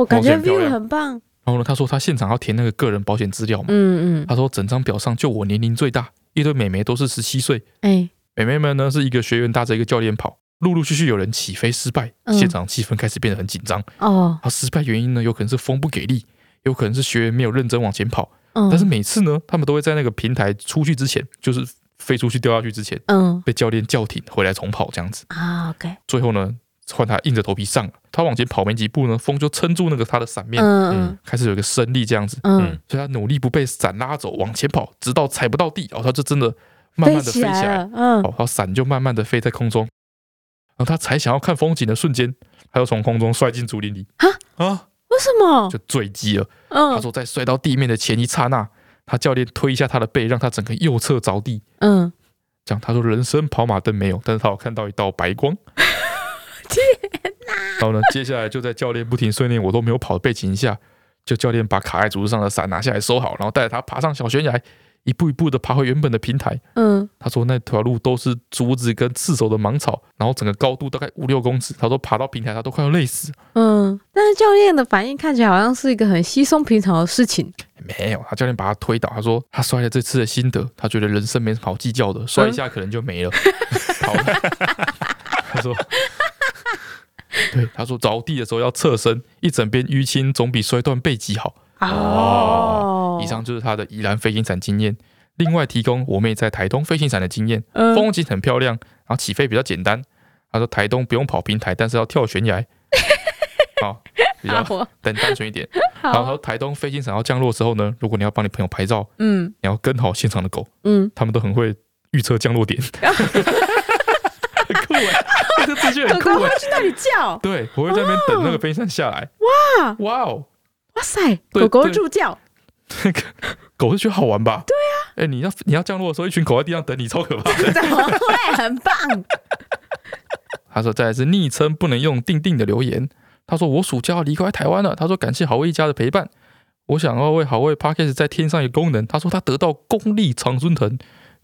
Speaker 1: 哦，感觉
Speaker 2: 很漂
Speaker 1: view
Speaker 2: 亮
Speaker 1: 很棒。
Speaker 2: 然后呢，他说他现场要填那个个人保险资料嘛，
Speaker 1: 嗯嗯，
Speaker 2: 他说整张表上就我年龄最大，一堆美眉都是十七岁，
Speaker 1: 哎，
Speaker 2: 妹妹们呢是一个学员搭着一个教练跑，陆陆续续有人起飞失败，
Speaker 1: 嗯
Speaker 2: 现场气氛开始变得很紧张。
Speaker 1: 哦，
Speaker 2: 啊，失败原因呢，有可能是风不给力，有可能是学员没有认真往前跑。
Speaker 1: 嗯，
Speaker 2: 但是每次呢，他们都会在那个平台出去之前，就是飞出去掉下去之前，
Speaker 1: 嗯
Speaker 2: 被教练叫停回来重跑这样子。
Speaker 1: 啊，OK，
Speaker 2: 最后呢，换他硬着头皮上了，他往前跑没几步呢，风就撑住那个他的伞面，
Speaker 1: 嗯
Speaker 2: 开始有一个升力这样子，
Speaker 1: 嗯
Speaker 2: 所以他努力不被伞拉走，往前跑，直到踩不到地，然、后哦他就真的
Speaker 1: 嗯，
Speaker 2: 慢慢的飞起来，
Speaker 1: 来了，嗯
Speaker 2: 哦，然后伞就慢慢的飞在空中。然后他才想要看风景的瞬间，他又从空中摔进竹林里，
Speaker 3: 啊！
Speaker 1: 为什么
Speaker 2: 就？坠机了。他
Speaker 1: 嗯
Speaker 2: 说在摔到地面的前一刹那，他教练推一下他的背，让他整个右侧着地。
Speaker 1: 嗯，
Speaker 2: 这样他说人生跑马灯没有，但是他有看到一道白光。然后呢，接下来就在教练不停训练我都没有跑的背景下，就教练把卡在竹子上的伞拿下来收好，然后带着他爬上小悬崖，一步一步的爬回原本的平台。
Speaker 1: 嗯
Speaker 2: 他说那条路都是竹子跟刺手的芒草，然后整个高度大概五六公尺。他说爬到平台他都快要累死。
Speaker 1: 嗯，但是教练的反应看起来好像是一个很稀松平常的事情。
Speaker 2: 没有，他教练把他推倒，他说他摔了这次的心得，他觉得人生没什么好计较的，摔一下可能就没了。
Speaker 1: 嗯
Speaker 2: 好，他说，对，他说着地的时候要侧身，一整边淤青总比摔断背脊好。
Speaker 1: 哦
Speaker 2: 以上就是他的宜兰飞行伞经验。另外提供我妹在台东飞行伞的经验，
Speaker 1: 嗯
Speaker 2: 风景很漂亮，然后起飞比较简单。他说台东不用跑平台，但是要跳悬 崖。好，比较
Speaker 1: 好
Speaker 2: 单单纯一点。然后他
Speaker 1: 好，
Speaker 2: 说台东飞行伞要降落的时候呢，如果你要帮你朋友拍照，
Speaker 1: 嗯
Speaker 2: 你要跟好现场的狗，
Speaker 1: 嗯，
Speaker 2: 他们都很会预测降落点，很酷哎、这资讯很
Speaker 1: 狗
Speaker 2: 酷
Speaker 1: 狗
Speaker 2: 哎、
Speaker 1: 会去那里叫，
Speaker 2: 对，我会在那边等那个飞机上下来。
Speaker 1: 哇
Speaker 2: 哇哦，
Speaker 1: 哇塞，
Speaker 2: 对
Speaker 1: 狗狗
Speaker 2: 对
Speaker 1: 助教，
Speaker 2: 那个狗是觉得好玩吧？对啊，哎、你要你要降落的时候，一群狗在地上等你，超可怕的。
Speaker 1: 怎么会很棒？
Speaker 2: 他说，再来是昵称不能用定定的留言。他说我暑假要离开台湾了。他说感谢好味一家的陪伴，我想要为好味 Podcast 再添上一个功能。他说他得到公立常春藤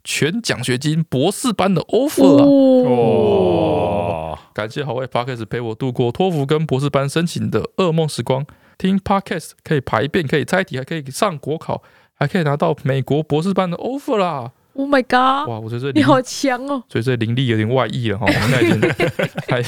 Speaker 2: 全奖学金博士班的 offer 啊。
Speaker 1: 哦，
Speaker 3: 哦，
Speaker 2: 感谢好味 Podcast 陪我度过托福跟博士班申请的噩梦时光。听 Podcast 可以排便，可以猜题，还可以上国考，还可以拿到美国博士班的 offer 啦！
Speaker 1: Oh my god！
Speaker 2: 哇，我觉得
Speaker 1: 你
Speaker 2: 林，
Speaker 1: 好强哦。
Speaker 2: 所以这林立有点外溢了哈，我们现在已经 还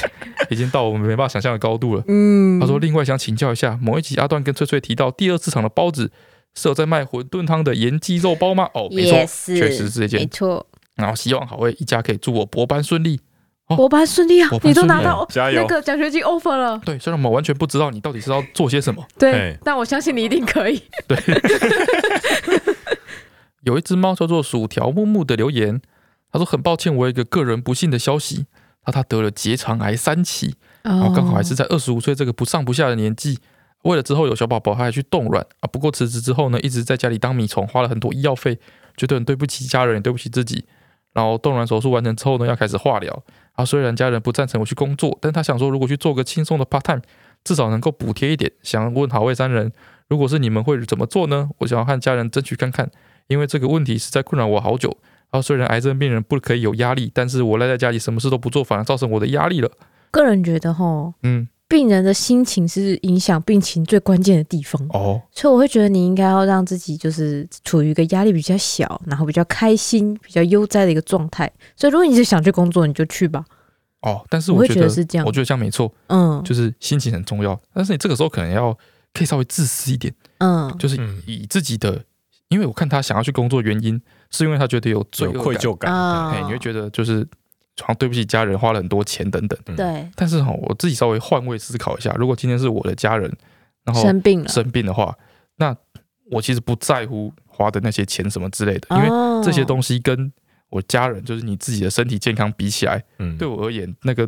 Speaker 2: 已经到我们没办法想象的高度了。
Speaker 1: 嗯
Speaker 2: 他说，另外想请教一下，某一集阿段跟翠翠提到第二市场的包子是有在卖馄饨汤的盐鸡肉包吗？哦，没错
Speaker 1: 也是，
Speaker 2: 确实是这
Speaker 1: 没
Speaker 2: 件。
Speaker 1: 错，
Speaker 2: 然后希望好味一家可以祝我博班顺利。哦
Speaker 1: 博班顺利啊
Speaker 2: 博！班
Speaker 1: 你都
Speaker 2: 顺
Speaker 1: 拿
Speaker 2: 利
Speaker 1: 到
Speaker 3: 加油
Speaker 1: 那个奖学金 offer 了，
Speaker 2: 对，虽然我们完全不知道你到底是要做些什么。
Speaker 1: 对
Speaker 3: 嘿，
Speaker 1: 但我相信你一定可以。
Speaker 2: 有一只猫叫做薯条木木的留言，他说很抱歉，我有一个个人不幸的消息，他他得了结肠癌三期，
Speaker 1: 哦
Speaker 2: 然后啊刚好还是在二十五岁这个不上不下的年纪。为了之后有小宝宝，他还去冻卵啊。不过辞职之后呢，一直在家里当米虫，花了很多医药费，觉得很对不起家人，也对不起自己。然后冻卵手术完成之后呢，要开始化疗。啊，虽然家人不赞成我去工作，但他想说，如果去做个轻松的 part time，至少能够补贴一点。想问好味三人，如果是你们会怎么做呢？我想要和家人争取看看，因为这个问题实在困扰我好久。然后虽然癌症病人不可以有压力，但是我赖在家里什么事都不做，反而造成我的压力了。
Speaker 1: 个人觉得哈，
Speaker 2: 嗯，
Speaker 1: 病人的心情是影响病情最关键的地方，
Speaker 2: 哦，
Speaker 1: 所以我会觉得你应该要让自己就是处于一个压力比较小，然后比较开心、比较悠哉的一个状态。所以如果你是想去工作，你就去吧。
Speaker 2: 哦，但是
Speaker 1: 我
Speaker 2: 我
Speaker 1: 会
Speaker 2: 觉
Speaker 1: 觉
Speaker 2: 得
Speaker 1: 得是这样
Speaker 2: 我觉得这样没错，
Speaker 1: 嗯
Speaker 2: 就是心情很重要。但是你这个时候可能要可以稍微自私一点，
Speaker 1: 嗯，
Speaker 2: 就是
Speaker 3: 嗯
Speaker 2: 以自己的，因为我看他想要去工作，原因是因为他觉得有罪
Speaker 3: 有
Speaker 2: 恶感
Speaker 3: 愧疚感，
Speaker 1: 啊
Speaker 2: 哎，你会觉得就是好像对不起家人，花了很多钱等等。
Speaker 3: 嗯，
Speaker 1: 对
Speaker 2: 但是哈，我自己稍微换位思考一下，如果今天是我的家人，然后
Speaker 1: 生病了，
Speaker 2: 生病的话，那我其实不在乎花的那些钱什么之类的，因为
Speaker 1: 为
Speaker 2: 这些东西跟我家人，就是你自己的身体健康比起来，
Speaker 3: 嗯，
Speaker 2: 对我而言，那个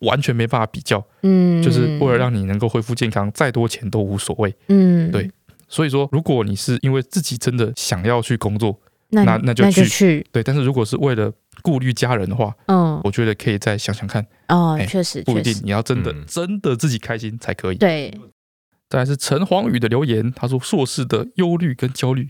Speaker 2: 完全没办法比较。
Speaker 1: 嗯，
Speaker 2: 就是为了让你能够恢复健康，再多钱都无所谓。
Speaker 1: 嗯
Speaker 2: 对，所以说，如果你是因为自己真的想要去工作，
Speaker 1: 那
Speaker 2: 那
Speaker 1: 你
Speaker 2: 那
Speaker 1: 那
Speaker 2: 就去
Speaker 1: 去，
Speaker 2: 对，但是如果是为了顾虑家人的话，
Speaker 1: 嗯
Speaker 2: 我觉得可以再想想看，
Speaker 1: 哦
Speaker 2: 哎，
Speaker 1: 确实
Speaker 2: 不一
Speaker 1: 确
Speaker 2: 定
Speaker 1: 实，
Speaker 2: 你要真的
Speaker 3: 嗯
Speaker 2: 真的自己开心才可以。
Speaker 1: 对，
Speaker 2: 再来是陈黄宇的留言，他说硕士的忧虑跟焦虑。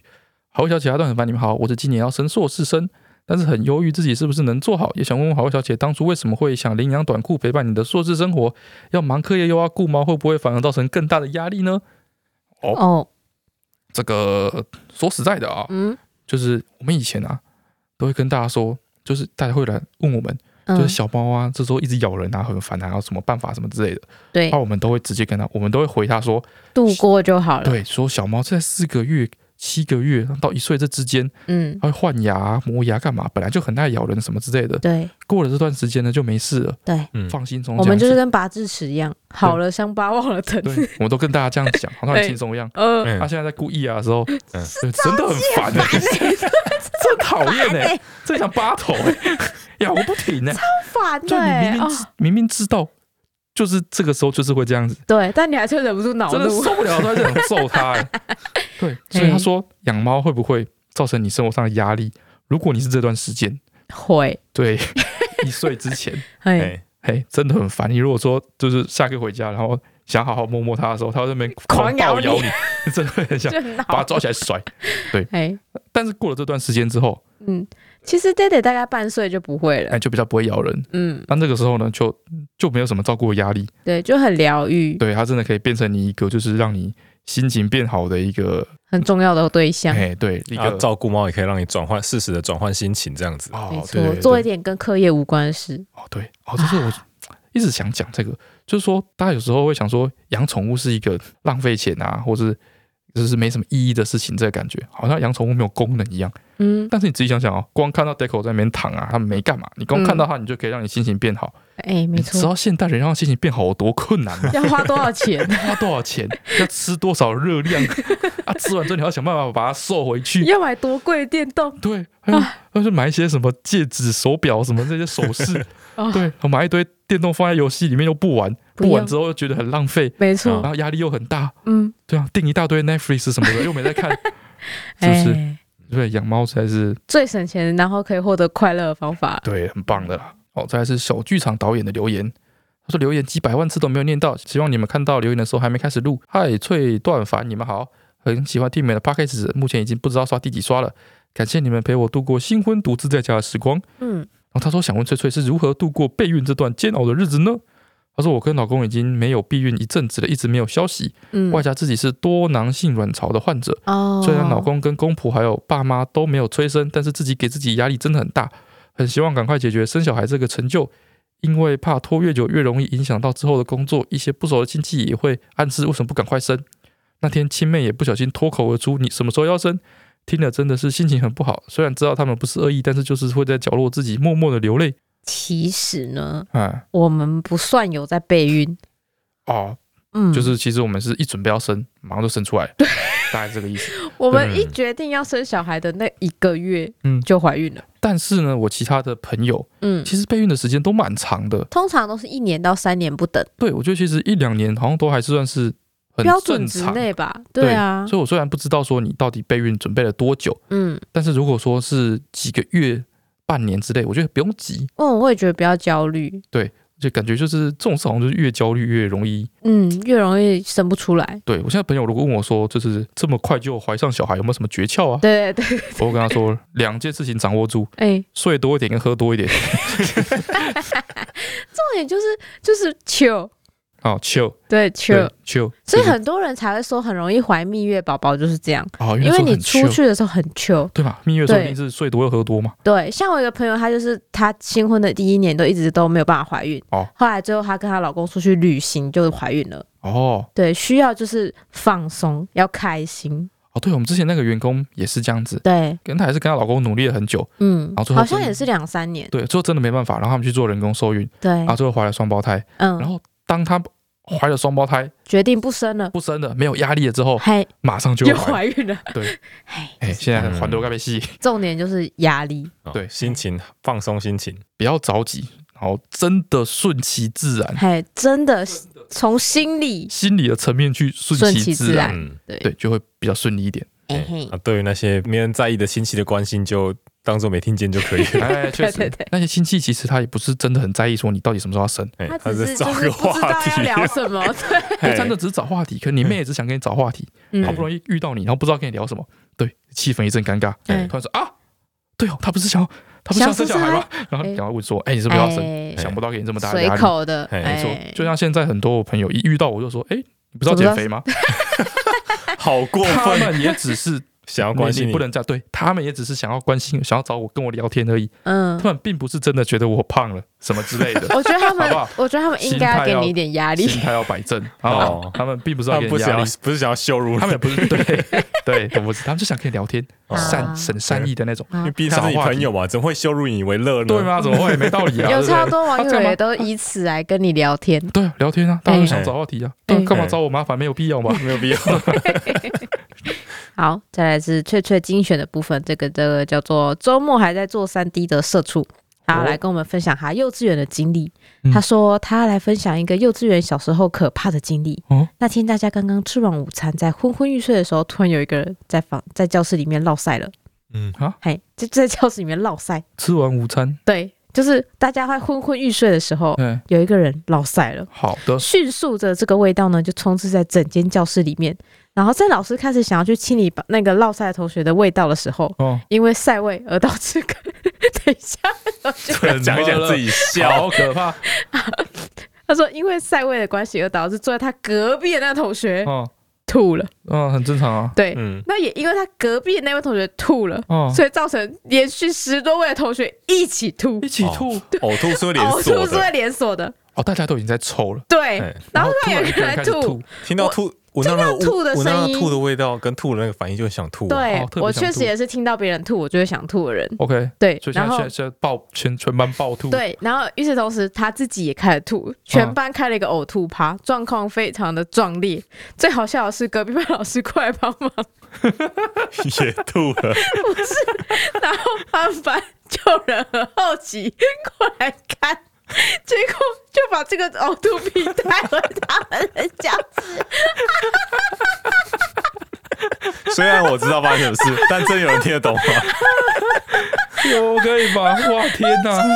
Speaker 2: 好，小姐阿段很烦你们好，我是今年要升硕士生，但是很忧郁自己是不是能做好，也想问问好小姐当初为什么会想领养短裤陪伴你的硕士生活，要忙课业又要顾猫，会不会反而造成更大的压力呢？哦
Speaker 1: 哦，
Speaker 2: 这个说实在的啊，
Speaker 1: 嗯
Speaker 2: 就是我们以前啊都会跟大家说，就是大家会来问我们，就是
Speaker 1: 嗯，
Speaker 2: 小猫啊，这时候一直咬人啊，很烦啊，有什么办法什么之类的，
Speaker 1: 对
Speaker 2: 那、，我们都会直接跟他，我们都会回他说，
Speaker 1: 度过就好了，，
Speaker 2: 对，说小猫在四个月、七个月到一岁这之间，
Speaker 1: 嗯，
Speaker 2: 它会换牙、磨牙干嘛，本来就很爱咬人什么之类的。
Speaker 1: 对
Speaker 2: 过了这段时间呢，就没事了，
Speaker 1: 对，
Speaker 3: 嗯
Speaker 2: 放轻松这样
Speaker 1: 我
Speaker 2: 子。
Speaker 1: 们就是跟拔智齿一样，好了伤疤忘了疼，
Speaker 2: 对，我们都跟大家这样讲，好像很轻松一样。
Speaker 1: 呃，
Speaker 2: 他、
Speaker 3: 嗯
Speaker 2: 现在在故意啊的时候，
Speaker 3: 嗯
Speaker 2: 对真的很烦哎、真讨厌哎，真想拔头哎、 咬个不停哎、
Speaker 1: 烦
Speaker 2: 就你明明
Speaker 1: 哦，
Speaker 2: 知、明明知道，就是这个时候就是会这样子，
Speaker 1: 对，但你还是忍不住恼
Speaker 2: 真的
Speaker 1: 怒，
Speaker 2: 受不了，他就想揍他、 欸。对，所以他说养猫会不会造成你生活上的压力？如果你是这段时间，
Speaker 1: 会，
Speaker 2: 对，一岁之前，
Speaker 1: 哎，
Speaker 3: 哎，
Speaker 2: 嘿，真的很烦。你如果说就是下课回家，然后想好好摸摸它的时候，它在那边
Speaker 1: 狂
Speaker 2: 暴
Speaker 1: 咬
Speaker 2: 咬
Speaker 1: 你
Speaker 2: 你， 真的会 很想
Speaker 1: 就很
Speaker 2: 把它
Speaker 1: 恼，
Speaker 2: 抓起来甩。
Speaker 1: 哎，
Speaker 2: 但是过了这段时间之后，
Speaker 1: 嗯，其实 d a 大概半岁就不会
Speaker 2: 哎，
Speaker 1: 了，
Speaker 2: 就比较不会咬人。
Speaker 1: 嗯，
Speaker 2: 那这个时候呢，就就没有什么照顾的压力，
Speaker 1: 对，就很疗愈，
Speaker 2: 对它真的可以变成你一个就是让你心情变好的一个，
Speaker 1: 很重要的对象，
Speaker 2: 哎，对，一
Speaker 3: 啊
Speaker 2: 个，
Speaker 3: 照顾猫也可以让你转换适时的转换心情，这样子，
Speaker 1: 没
Speaker 2: 哦，对
Speaker 1: 错
Speaker 2: 对，，
Speaker 1: 做
Speaker 2: 对
Speaker 1: 一点跟课业无关的事，
Speaker 2: 哦，对，哦，这是我一直想讲这个，就是说大家有时候会想说养宠物是一个浪费钱啊，或是就是没什么意义的事情，这个感觉好像养宠物没有功能一样。
Speaker 1: 嗯，
Speaker 2: 但是你仔细想想哦，光看到 Deco 在那边躺啊，他们没干嘛，你光看到它，你就可以让你心情变好。
Speaker 1: 哎，嗯没
Speaker 2: 你知
Speaker 1: 错，？
Speaker 2: 道现代人让心情变好有多困难吗
Speaker 1: 要花多少 钱？
Speaker 2: 花多少钱？要吃多少热量？ 啊，吃完之后你要想办法把它瘦回去。
Speaker 1: 要啊买多贵的电动？
Speaker 2: 对，还有要去买一些什么戒指、手表什么这些首饰
Speaker 1: 哦，
Speaker 2: 对，我买一堆电动放在游戏里面又不玩，
Speaker 1: 不
Speaker 2: 不玩
Speaker 1: 用
Speaker 2: 之后啊又觉得很浪费，
Speaker 1: 没
Speaker 2: 然
Speaker 1: 错，
Speaker 2: 后压力又很大，
Speaker 1: 嗯，
Speaker 2: 对啊，订一大堆 Netflix 什么的又没在 看，是不是？
Speaker 1: 哎，
Speaker 2: 对，养猫才是
Speaker 1: 最省钱，然后可以获得快乐的方法，
Speaker 2: 对，很棒的啦。哦，再来是小剧场导演的留言，他说留言几百万次都没有念到，希望你们看到留言的时候还没开始录。嗨，翠段凡，你们好，很喜欢听你们的 p o d c a s 目前已经不知道刷第几刷了，感谢你们陪我度过新婚独自在家的时光。
Speaker 1: 嗯，
Speaker 2: 然后他说想问翠翠是如何度过备孕这段煎熬的日子呢？她说我跟老公已经没有避孕一阵子了，一直没有消息，
Speaker 1: 嗯
Speaker 2: 外加自己是多囊性卵巢的患者，
Speaker 1: 哦，
Speaker 2: 虽然老公跟公婆还有爸妈都没有催生，但是自己给自己压力真的很大，很希望赶快解决生小孩这个成就，因为怕拖越久越容易影响到之后的工作，一些不熟的亲戚也会暗示为什么不赶快生。那天亲妹也不小心脱口而出：“你什么时候要生？”听了真的是心情很不好，虽然知道他们不是恶意，但是就是会在角落自己默默的流泪。
Speaker 1: 其实呢，
Speaker 2: 哎，
Speaker 1: 我们不算有在备孕，
Speaker 2: 哦，
Speaker 1: 嗯，
Speaker 2: 就是其实我们是一准备 要生，马上就生出来了，大概这个意思。
Speaker 1: 我们一
Speaker 3: 嗯
Speaker 1: 决定要生小孩的那一个月，
Speaker 2: 嗯
Speaker 1: 就怀孕了，
Speaker 2: 但是呢，我其他的朋友
Speaker 1: 嗯，
Speaker 2: 其实备孕的时间都蛮长的，
Speaker 1: 通常都是一年到三年不等，
Speaker 2: 对，我觉得其实一两年好像都还是算是很
Speaker 1: 标准
Speaker 2: 正
Speaker 1: 值
Speaker 2: 常。
Speaker 1: 内吧？
Speaker 2: 对
Speaker 1: 啊，
Speaker 2: 所以我虽然不知道说你到底备孕准备了多久，
Speaker 1: 嗯，
Speaker 2: 但是如果说是几个月、半年之类，我觉得不用急，
Speaker 1: 嗯，我也觉得不要焦虑，
Speaker 2: 就感觉就是这种事好像就是越焦虑越容易。
Speaker 1: 嗯，越容易生不出来。
Speaker 2: 对我现在朋友如果问我说，就是这么快就怀上小孩有没有什么诀窍啊？
Speaker 1: 对对对，
Speaker 2: 我会跟他说两件事情掌握住，
Speaker 1: 哎、
Speaker 2: 睡多一点跟喝多一点。
Speaker 1: 重点就是就是 chill，
Speaker 2: 好，chill
Speaker 1: 对 chill，
Speaker 2: 对 chill，
Speaker 1: 所以
Speaker 2: 就是
Speaker 1: 很多人才会说很容易怀蜜月宝宝就是这样，
Speaker 2: 哦，
Speaker 1: 因
Speaker 2: 因为
Speaker 1: 为
Speaker 2: 说
Speaker 1: 你
Speaker 2: 很
Speaker 1: 出
Speaker 2: chill
Speaker 1: 去的时候很 chill。
Speaker 2: 对吧？蜜月说一
Speaker 1: 对
Speaker 2: 定是睡多又喝多嘛。
Speaker 1: 对，像我一个朋友，她就是她新婚的第一年都一直都没有办法怀孕，
Speaker 2: 哦
Speaker 1: 后来最后她跟她老公出去旅行就怀孕了。
Speaker 2: 哦，
Speaker 1: 对，需要就是放松，要开心。
Speaker 2: 哦，对，我们之前那个员工也是这样子，
Speaker 1: 对，
Speaker 2: 跟她还是跟她老公努力了很久，
Speaker 1: 嗯
Speaker 2: 然后最，后
Speaker 1: 好像
Speaker 2: 真的
Speaker 1: 也是两三年。
Speaker 2: 对，最后真的没办法，然后他们去做人工受孕，
Speaker 1: 对
Speaker 2: 然，后最后怀了双胞胎。然
Speaker 1: 嗯，
Speaker 2: 后当她怀了双胞胎，
Speaker 1: 决定不生了，
Speaker 2: 不生了，没有压力了之后，
Speaker 1: 还
Speaker 2: 马哦上就
Speaker 1: 又
Speaker 2: 怀。
Speaker 1: 怀孕了。
Speaker 2: 对，
Speaker 1: 哎，
Speaker 2: 哎，现在很还都该被吸，
Speaker 1: 重点就是压力。
Speaker 3: 哦
Speaker 2: 对
Speaker 3: 心情放松心情，
Speaker 2: 不要着急，然后真的顺其自然，
Speaker 1: 嘿，真的从心里，
Speaker 2: 心理的层面去顺
Speaker 1: 顺
Speaker 2: 其
Speaker 1: 其
Speaker 2: 自
Speaker 1: 自
Speaker 2: 然，
Speaker 1: 然
Speaker 3: 嗯，
Speaker 2: 对，就会比较顺利一 点。
Speaker 1: 哎
Speaker 3: 哎
Speaker 1: 嘿
Speaker 3: 啊，，对于那些没人在意的亲戚的关心，就当做没听见就可以了。
Speaker 2: 哎，确
Speaker 1: 对
Speaker 2: 实
Speaker 1: 对，
Speaker 2: 那些亲戚其实他也不是真的很在意说你到底什么时候要生，
Speaker 3: 哎
Speaker 1: 他
Speaker 3: 他
Speaker 1: 只
Speaker 3: 是
Speaker 1: 是就
Speaker 3: 找
Speaker 1: 是
Speaker 3: 个
Speaker 1: 不知道
Speaker 3: 话
Speaker 1: 要
Speaker 3: 题，
Speaker 1: 聊什 么。对，
Speaker 2: 他
Speaker 3: 哎
Speaker 2: 真的只是找话题，可能你妹也只想跟你找话题，好不
Speaker 1: 嗯，
Speaker 2: 容易遇到你，然后不知道跟你聊什么，对，气氛一阵尴尬，
Speaker 1: 嗯
Speaker 2: 突然说啊，对哦，他不是想要，他不是想生小孩吗？ 然后
Speaker 1: 哎
Speaker 2: 然后问说，哎，你是不是要生？
Speaker 1: 哎
Speaker 2: 想不到给你这么大的
Speaker 1: 随
Speaker 2: 压力，
Speaker 1: 口的，
Speaker 3: 哎
Speaker 2: 没
Speaker 1: 哎
Speaker 2: 错，就像现在很多我朋友一遇到我就说，哎，你不是要减肥 吗？
Speaker 3: 好 过
Speaker 2: 他
Speaker 3: 分，
Speaker 2: 们也只是
Speaker 3: 想要关心
Speaker 2: 你，
Speaker 3: 你
Speaker 2: 不，能这样，对他们也只是想要关心，想要找我跟我聊天而已，
Speaker 1: 嗯
Speaker 2: 他。们并不是真的觉得我胖了什么之类的。
Speaker 1: 我觉得他们
Speaker 2: 好不好，
Speaker 1: 我觉得他们应该要给你一点 压力
Speaker 2: 心。态要摆正啊
Speaker 3: 哦！
Speaker 2: 他们并不是
Speaker 3: 他
Speaker 2: 要
Speaker 3: 们
Speaker 2: 给
Speaker 3: 不
Speaker 2: 你
Speaker 3: 想
Speaker 2: 压
Speaker 3: 要
Speaker 2: 力，，
Speaker 3: 不是想要羞辱
Speaker 2: 他们
Speaker 3: 你
Speaker 2: 也， 不是对对，我不是，他们就想跟你聊天，
Speaker 3: 哦
Speaker 2: 善很善意的那种。
Speaker 1: 啊
Speaker 3: 你逼他是你
Speaker 2: 找话题
Speaker 3: 朋友嘛，怎么会羞辱你为乐呢？
Speaker 2: 对？吗？怎么会没道理啊？
Speaker 1: 嗯 有
Speaker 2: 对不对
Speaker 1: 超多网
Speaker 2: 啊这
Speaker 1: 友
Speaker 2: 样吗
Speaker 1: 也都以此来跟你聊天。
Speaker 2: 对啊，聊天啊，大家都想
Speaker 3: 哎
Speaker 2: 找话题啊，对啊
Speaker 1: 哎
Speaker 2: 干嘛找我麻烦？没有必要吧？
Speaker 3: 没 有必要。
Speaker 1: 好，再来是翠翠精选的部分，这个这个叫做周末还在做三 D 的社畜，他
Speaker 2: 哦
Speaker 1: 来跟我们分享他幼稚园的经历。
Speaker 2: 嗯
Speaker 1: 他说他来分享一个幼稚园小时候可怕的经历。
Speaker 2: 哦
Speaker 1: 那天大家刚刚吃完午餐，在昏昏欲睡的时候，突然有一个人在房在教室里面落塞了，
Speaker 3: 嗯，
Speaker 1: 嘿，就就在教室里面落塞。
Speaker 2: 吃完午餐，
Speaker 1: 对，就是大家快昏昏欲睡的时候，
Speaker 2: 对，
Speaker 1: 有一个人落塞了。
Speaker 2: 好的，
Speaker 1: 迅速的这个味道呢，就充斥在整间教室里面。然后在老师开始想要去清理把那个落塞的同学的味道的时候，
Speaker 2: 哦，
Speaker 1: 因为塞味而导致 个，等一下，
Speaker 3: 突然 讲一讲自己笑，
Speaker 2: 好可怕
Speaker 1: 他说因为塞味的关系而导致坐在他隔壁的那个同学
Speaker 2: 哦，
Speaker 1: 吐了。
Speaker 2: 嗯，很正常啊，
Speaker 1: 对，
Speaker 3: 嗯，
Speaker 1: 那也因为他隔壁的那位同学吐了，
Speaker 2: 哦，
Speaker 1: 所以造成连续十多位的同学一起吐
Speaker 2: 一，起吐
Speaker 1: 哦
Speaker 3: 呕吐是会连
Speaker 1: 呕
Speaker 3: 锁
Speaker 1: 吐是
Speaker 3: 的，
Speaker 1: 会连锁的。
Speaker 2: 哦，大家都已经在抽了，
Speaker 1: 对，
Speaker 3: 哎
Speaker 1: 然后突
Speaker 2: 突
Speaker 1: 然
Speaker 2: 然
Speaker 1: 有
Speaker 2: 一
Speaker 1: 一
Speaker 2: 个
Speaker 1: 个人
Speaker 2: 人开始
Speaker 1: 吐
Speaker 2: 吐，，
Speaker 3: 听到吐，闻到那个
Speaker 1: 听到吐的
Speaker 3: 闻到
Speaker 1: 声音
Speaker 3: 那吐的味道跟吐的那个反应就会想吐啊。
Speaker 1: 对、
Speaker 2: 哦特别
Speaker 1: 我
Speaker 2: 想
Speaker 1: 确
Speaker 2: 吐
Speaker 1: 实也是听到别人吐，我就会想吐的人。
Speaker 2: ，OK，
Speaker 1: 对
Speaker 2: 所以，现
Speaker 1: 然
Speaker 2: 在
Speaker 1: 后
Speaker 2: 现在现在爆全全班爆吐，
Speaker 1: 对，然后与此同时，他自己也开始吐，
Speaker 2: 哦
Speaker 1: 全班开了一个呕吐趴，状况非常的壮烈。最好笑的是，隔壁班老师过来帮 忙，
Speaker 3: 也吐了，
Speaker 1: 然后他们班就有人很好奇过来看，结果就把这个呕吐瓶带回他们的 教室。
Speaker 3: 虽然我知道发生什么事，但真有人听得懂吗？啊
Speaker 2: 有可以吧？哇，天哪，
Speaker 1: 然后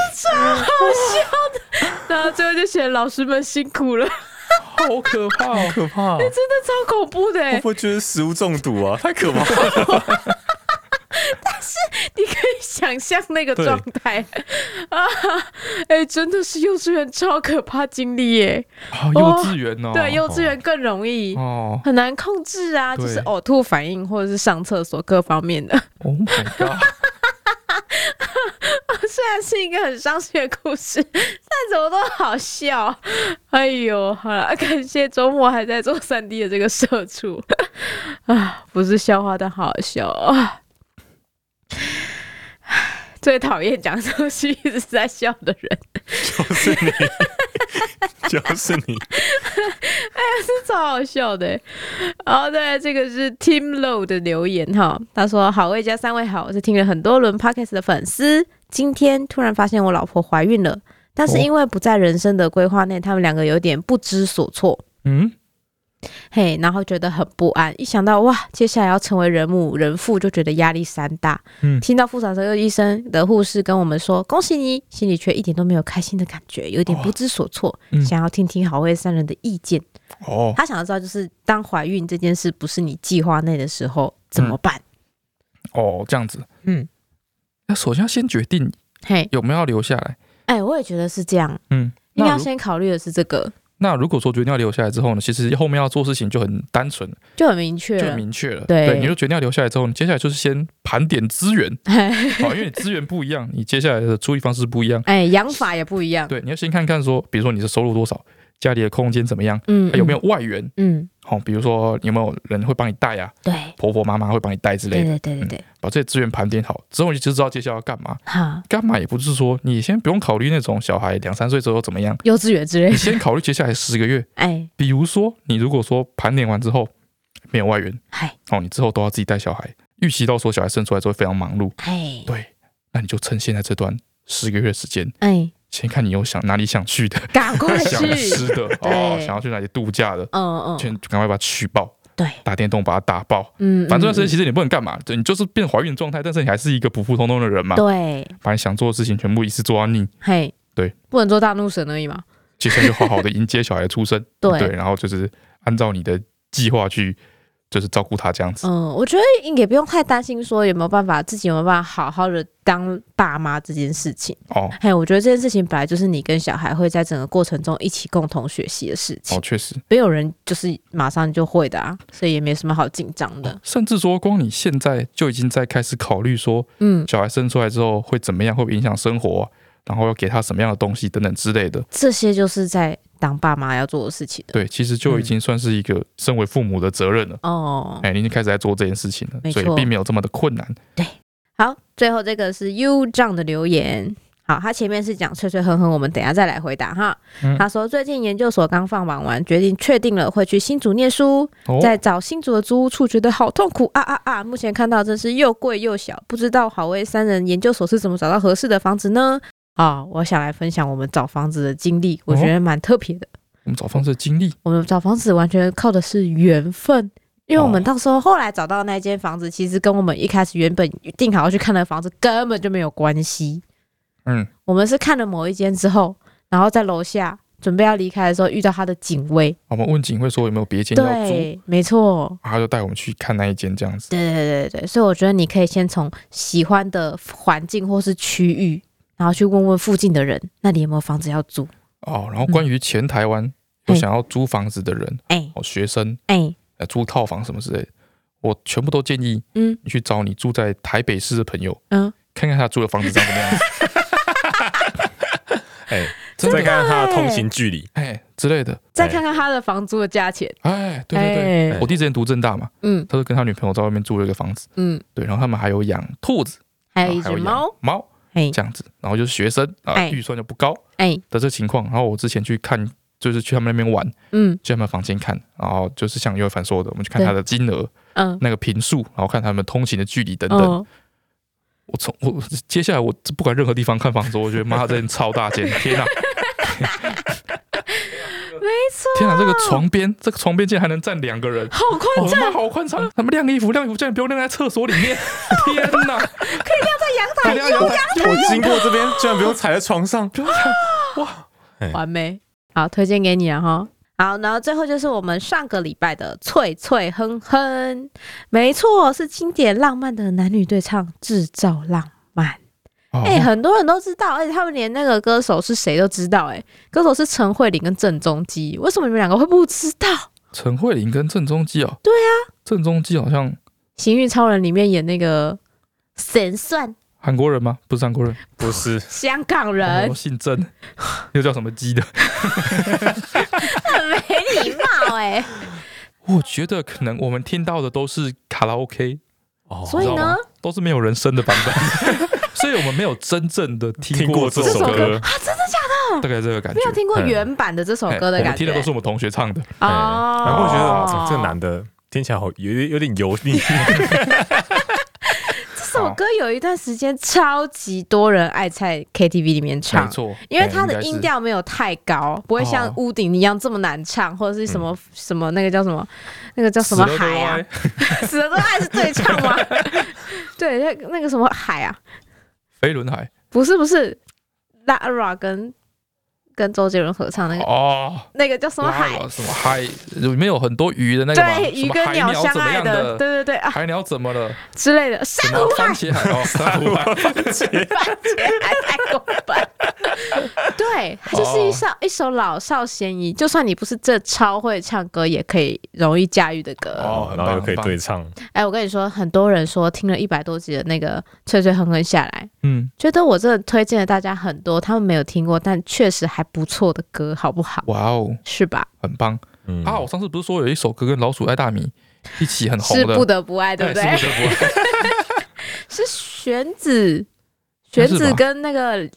Speaker 1: 最后就写老师们辛苦 了，
Speaker 2: 好可怕哦！
Speaker 3: 可怕！会
Speaker 1: 真的超恐怖的欸、
Speaker 3: 不会觉得食物中毒啊？太可怕了！
Speaker 1: 你可以想欸想象那个状态啊！哎、真的是幼稚园超可怕经历耶。
Speaker 2: 啊，幼稚园哦，
Speaker 1: 对，幼稚园更容易。
Speaker 2: 哦
Speaker 1: 很难控制啊，
Speaker 2: 对
Speaker 1: 就是呕吐反应或者是上厕所各方面的。
Speaker 2: ，Oh my god，
Speaker 1: 虽然是一个很伤心的故事， 但怎么都好笑。哎呦，好了，感谢周末还在做三 D 的这个社畜 啊，不是笑话，但好好笑啊。 最讨厌讲东西一直在笑的人，
Speaker 3: 就是你， 就是你，
Speaker 1: 超好笑的欸。然后再来这个是 Tim Low 的留言哈，他说：“好味加三位好，我是听了很多轮 Podcast 的粉丝，今天突然发现我老婆怀孕了，但是
Speaker 2: 哦
Speaker 1: 因为不在人生的规划内，他们两个有点不知所措。”
Speaker 2: 嗯，
Speaker 1: 嘿，然后觉得很不安，一想到哇，接下来要成为人母人父，就觉得压力山大。
Speaker 3: 嗯
Speaker 1: 听到妇产科医生的护士跟我们说恭喜你，心里却一点都没有开心的感觉，有点不知所措，
Speaker 2: 哦嗯
Speaker 1: 想要听听好味三人的意见。
Speaker 2: 哦，
Speaker 1: 他想要知道，就是当怀孕这件事不是你计划内的时候怎
Speaker 2: 嗯
Speaker 1: 么办？
Speaker 2: 哦，这样子，
Speaker 1: 嗯，
Speaker 2: 那首先要先决定
Speaker 1: 嘿，
Speaker 2: 有没有要留下来。
Speaker 1: 哎、我也觉得是这样，
Speaker 2: 嗯，
Speaker 1: 应
Speaker 2: 那
Speaker 1: 该要
Speaker 2: 如
Speaker 1: 先考虑的是这个，
Speaker 2: 那如果说决定要留下来之后呢，其实后面要做事情就很单纯，
Speaker 1: 就很明确
Speaker 2: 就很
Speaker 1: 了。
Speaker 2: 明确了。
Speaker 1: 对，
Speaker 2: 你就决定要留下来之后，你接下来就是先盘点资源
Speaker 1: 哎、
Speaker 2: 好，因为你资源不一样，你接下来的处理方式不一样。
Speaker 1: 哎养法也不一样。
Speaker 2: 对，你要先看看说，比如说你的收入多少，家里的空间怎么样，
Speaker 1: 嗯
Speaker 2: 啊还有没有？外援？
Speaker 1: 嗯，
Speaker 2: 好、比如说有没有人会帮你带啊，
Speaker 1: 对，
Speaker 2: 婆婆妈妈会帮你带之
Speaker 1: 对
Speaker 2: 类的，
Speaker 1: 对对对对，
Speaker 2: 把这些资源盘点好之后，你就知道接下来要干嘛。
Speaker 1: 哈，
Speaker 2: 干嘛也不是说你先不用考虑那种小孩两三岁之后怎么样，
Speaker 1: 幼稚园之类
Speaker 2: 你
Speaker 1: 的，
Speaker 2: 先考虑接下来十个月。
Speaker 1: 哎，
Speaker 2: 比如说，你如果说盘点完之后没有外援，
Speaker 1: 嗨，
Speaker 2: 哦，你之后都要自己带小孩，预期到说小孩生出来之后会非常忙碌，
Speaker 1: 哎，
Speaker 2: 对，那你就趁现在这段十个月的时间，
Speaker 1: 哎，
Speaker 2: 先看你有想哪里想去的，
Speaker 1: 赶快
Speaker 2: 想
Speaker 1: 去，
Speaker 2: 吃的哦，
Speaker 1: 对
Speaker 2: 想要去哪里度假的，
Speaker 1: 嗯嗯，
Speaker 2: 先赶快把它去爆，
Speaker 1: 对，
Speaker 2: 打电动把它打爆。
Speaker 1: 嗯，
Speaker 2: 反正这段时
Speaker 1: 是
Speaker 2: 间其实你不能干嘛，对你就是变怀孕状态，但是你还是一个普普通通的人嘛，
Speaker 1: 对，
Speaker 2: 把你想做的事情全部一次做到腻，
Speaker 1: 嘿，
Speaker 2: 对，
Speaker 1: 不能做大怒神而已嘛，
Speaker 2: 接下来就好好的迎接小孩的出生，
Speaker 1: 对
Speaker 2: 对，然后就是按照你的计划去，就是照顾他这样子。
Speaker 1: 嗯，我觉得也不用太担心说有没有办法自己有没有办法好好的当爸妈这件事情，
Speaker 2: 哦
Speaker 1: 嘿，我觉得这件事情本来就是你跟小孩会在整个过程中一起共同学习的事
Speaker 2: 哦
Speaker 1: 情，，
Speaker 2: 确实，
Speaker 1: 没有人就是马上就会的啊，所以也没什么好紧张的，
Speaker 2: 甚至说光你现在就已经在开始考虑说
Speaker 1: 嗯，
Speaker 2: 小孩生出来之后会怎么样，会不会影响生活啊、然后要给他什么样的东西等等之类的。
Speaker 1: 这些就是在当爸妈要做的事情了，
Speaker 2: 对，其实就已经算是一个身为父母的责任了。
Speaker 1: 哦，
Speaker 2: 哎、你已经开始在做这件事情
Speaker 1: 没
Speaker 2: 了，
Speaker 1: 错
Speaker 2: 所以并没有这么的困难。
Speaker 1: 好，最后这个是 U 账的留言。好，他前面是讲脆脆哼哼，我们等一下再来回答哈。
Speaker 2: 嗯
Speaker 1: 他说最近研究所刚放榜完，决定确定了会去新竹念书，
Speaker 2: 哦，
Speaker 1: 在找新竹的租屋处觉得好痛苦啊啊啊！目前看到真是又贵又小，不知道好味三人研究所是怎么找到合适的房子呢？啊、我想来分享我们找房子的经历，我觉得蛮特别的。
Speaker 2: 我们找方式的经历
Speaker 1: 我们找房子完全靠的是缘分，因为我们
Speaker 2: 哦
Speaker 1: 到时候后来找到那间房子，其实跟我们一开始原本定好要去看的房子根本就没有关系。
Speaker 2: 嗯，
Speaker 1: 我们是看了某一间之后，然后在楼下准备要离开的时候遇到他的警卫，
Speaker 2: 我们问警会说有没有别间要租，
Speaker 1: 对，没错，
Speaker 2: 然后他就带我们去看那一间这样子。
Speaker 1: 对对对对对，所以我觉得你可以先从喜欢的环境或是区域，然后去问问附近的人，那里有没有房子要租？
Speaker 2: 哦，然后关于前台湾有
Speaker 1: 嗯
Speaker 2: 想要租房子的人，
Speaker 1: 哎
Speaker 2: 哦，学生，
Speaker 1: 哎，
Speaker 2: 呃，租套房什么之类的，我全部都建议
Speaker 1: 嗯
Speaker 2: 你去找你住在台北市的朋友，
Speaker 1: 嗯，
Speaker 2: 看看他住的房子长什么样子，
Speaker 3: 哎，
Speaker 2: 真的
Speaker 3: 再看看他的通行距离，
Speaker 2: 哎之类的，
Speaker 1: 再看看他的房租的价钱，
Speaker 2: 哎，对对对，
Speaker 1: 哎
Speaker 2: 我弟之前读正大嘛，
Speaker 1: 嗯
Speaker 2: 他就跟他女朋友在外面租了一个房子，
Speaker 1: 嗯，
Speaker 2: 对，然后他们还有养兔子，
Speaker 1: 还有哎一
Speaker 2: 然后
Speaker 1: 只
Speaker 2: 还有养
Speaker 1: 猫，
Speaker 2: 猫
Speaker 1: 哎
Speaker 2: 这样子，然后就是学生啊，
Speaker 1: 哎
Speaker 2: 预算就不高
Speaker 1: 哎，
Speaker 2: 的这情况，然后我之前去看。就是去他们那边玩，
Speaker 1: 嗯
Speaker 2: 去他们房间看，然后就是像尤凡说的，我们去看他的金额、
Speaker 1: 嗯。
Speaker 2: 那个频数，然后看他们通勤的距离等等。
Speaker 1: 哦，
Speaker 2: 我从我接下来我不管任何地方看房子，我觉得妈这间超大间，天哪！
Speaker 1: 没错，
Speaker 2: 天哪，这个床边，这个床边竟然还能站两个人，
Speaker 1: 好宽
Speaker 2: 哦，
Speaker 1: 敞，
Speaker 2: 他妈好宽敞！他们晾衣服，晾衣服竟然不用晾在厕所里面，天哪！可以晾在阳台，
Speaker 3: 哎我经过这边居然不用踩在床上，
Speaker 1: 完美，好，推荐给你了哈。好，然后最后就是我们上个礼拜的脆脆哼哼，没错，是经典浪漫的男女对唱，制造浪漫。
Speaker 2: 哦
Speaker 1: 哎、很多人都知道，而且他们连那个歌手是谁都知道、哎，歌手是陈慧琳跟郑中基，为什么你们两个会不知道？
Speaker 2: 陈慧琳跟郑中基哦，对啊，郑中基好像
Speaker 1: 《刑狱超人》里面演那个神算
Speaker 2: 韩国人吗？不是韩国人，
Speaker 3: 不是
Speaker 1: 香港人
Speaker 2: 哦、，姓郑， 又叫什么基的？
Speaker 1: 很没礼貌哎、
Speaker 2: 我觉得可能我们听到的都是卡拉 OK，
Speaker 3: 哦
Speaker 1: 所以
Speaker 2: 知道
Speaker 1: 呢
Speaker 2: 吗，都是没有人声的版本， 所以我们没有真正的听
Speaker 3: 听过
Speaker 2: 这
Speaker 1: 这
Speaker 3: 这
Speaker 2: 首
Speaker 1: 首
Speaker 3: 首
Speaker 1: 歌
Speaker 3: 歌
Speaker 1: 啊，真的假的？
Speaker 2: 大概这个感觉。
Speaker 1: 没有听过
Speaker 2: 嗯
Speaker 1: 原版的这首歌的
Speaker 2: 哎我
Speaker 1: 感
Speaker 2: 们听
Speaker 1: 觉
Speaker 2: 的都是我们同学唱的，
Speaker 1: 哦。
Speaker 3: 然后我觉得
Speaker 2: 哦
Speaker 3: 哇这男的听起来好有点有点油腻，
Speaker 1: 这首歌有一段时间超级多人爱在 KTV 里面
Speaker 2: 哦没
Speaker 1: 唱，
Speaker 2: 错，
Speaker 1: 因为它
Speaker 2: 哎
Speaker 1: 的
Speaker 2: 应该是
Speaker 1: 音调没有太高，不会像
Speaker 2: 哦嗯
Speaker 1: 屋顶一样这么难唱，或者是什么、什么那个叫什么那个叫什么
Speaker 2: 死了
Speaker 1: 海
Speaker 2: 都
Speaker 1: 啊
Speaker 2: 爱，
Speaker 1: 死了都爱是对唱吗？ 对，那那个什么海啊，
Speaker 2: 飞轮海
Speaker 1: 不是不是，Lara 跟跟周杰伦合唱那个、
Speaker 2: 哦，
Speaker 1: 那个叫呃什么
Speaker 2: 拉
Speaker 1: 海？
Speaker 2: 了什么海？里面有很多鱼的那个嘛，
Speaker 1: 对，
Speaker 2: 什
Speaker 1: 鱼
Speaker 2: 么
Speaker 1: 跟
Speaker 2: 海
Speaker 1: 鸟相
Speaker 2: 怎么
Speaker 1: 爱
Speaker 2: 样的，
Speaker 1: 对对对啊
Speaker 2: 海鸟怎么了？
Speaker 1: 之类的，珊
Speaker 2: 什
Speaker 1: 瑚
Speaker 2: 么
Speaker 1: 海
Speaker 2: 番茄海 哦，珊瑚海，
Speaker 1: 番茄还哎太过分。对，它就是一首、
Speaker 2: 哦
Speaker 1: 一首老少咸宜，就算你不是这超会唱歌，也可以容易驾驭的歌。哎、
Speaker 2: 哦很棒
Speaker 3: 然后又可
Speaker 2: 很
Speaker 3: 以
Speaker 2: 棒
Speaker 3: 对唱，
Speaker 1: 我跟你说，很多人说听了一百多集的那个《脆脆哼哼》下来，
Speaker 2: 嗯，
Speaker 1: 觉得我真的推荐了大家很多他们没有听过但确实还不错的歌，好不好？
Speaker 2: 哇哦，
Speaker 1: 是吧？
Speaker 2: 很棒
Speaker 3: 嗯
Speaker 2: 啊！我上次不是说有一首歌跟老鼠爱大米一起很红
Speaker 1: 是
Speaker 2: 的，
Speaker 1: 不得不爱，对不对？
Speaker 2: 哎是不得 不爱
Speaker 1: 是玄子，
Speaker 2: 那
Speaker 1: 玄
Speaker 2: 是吧
Speaker 1: 子跟那个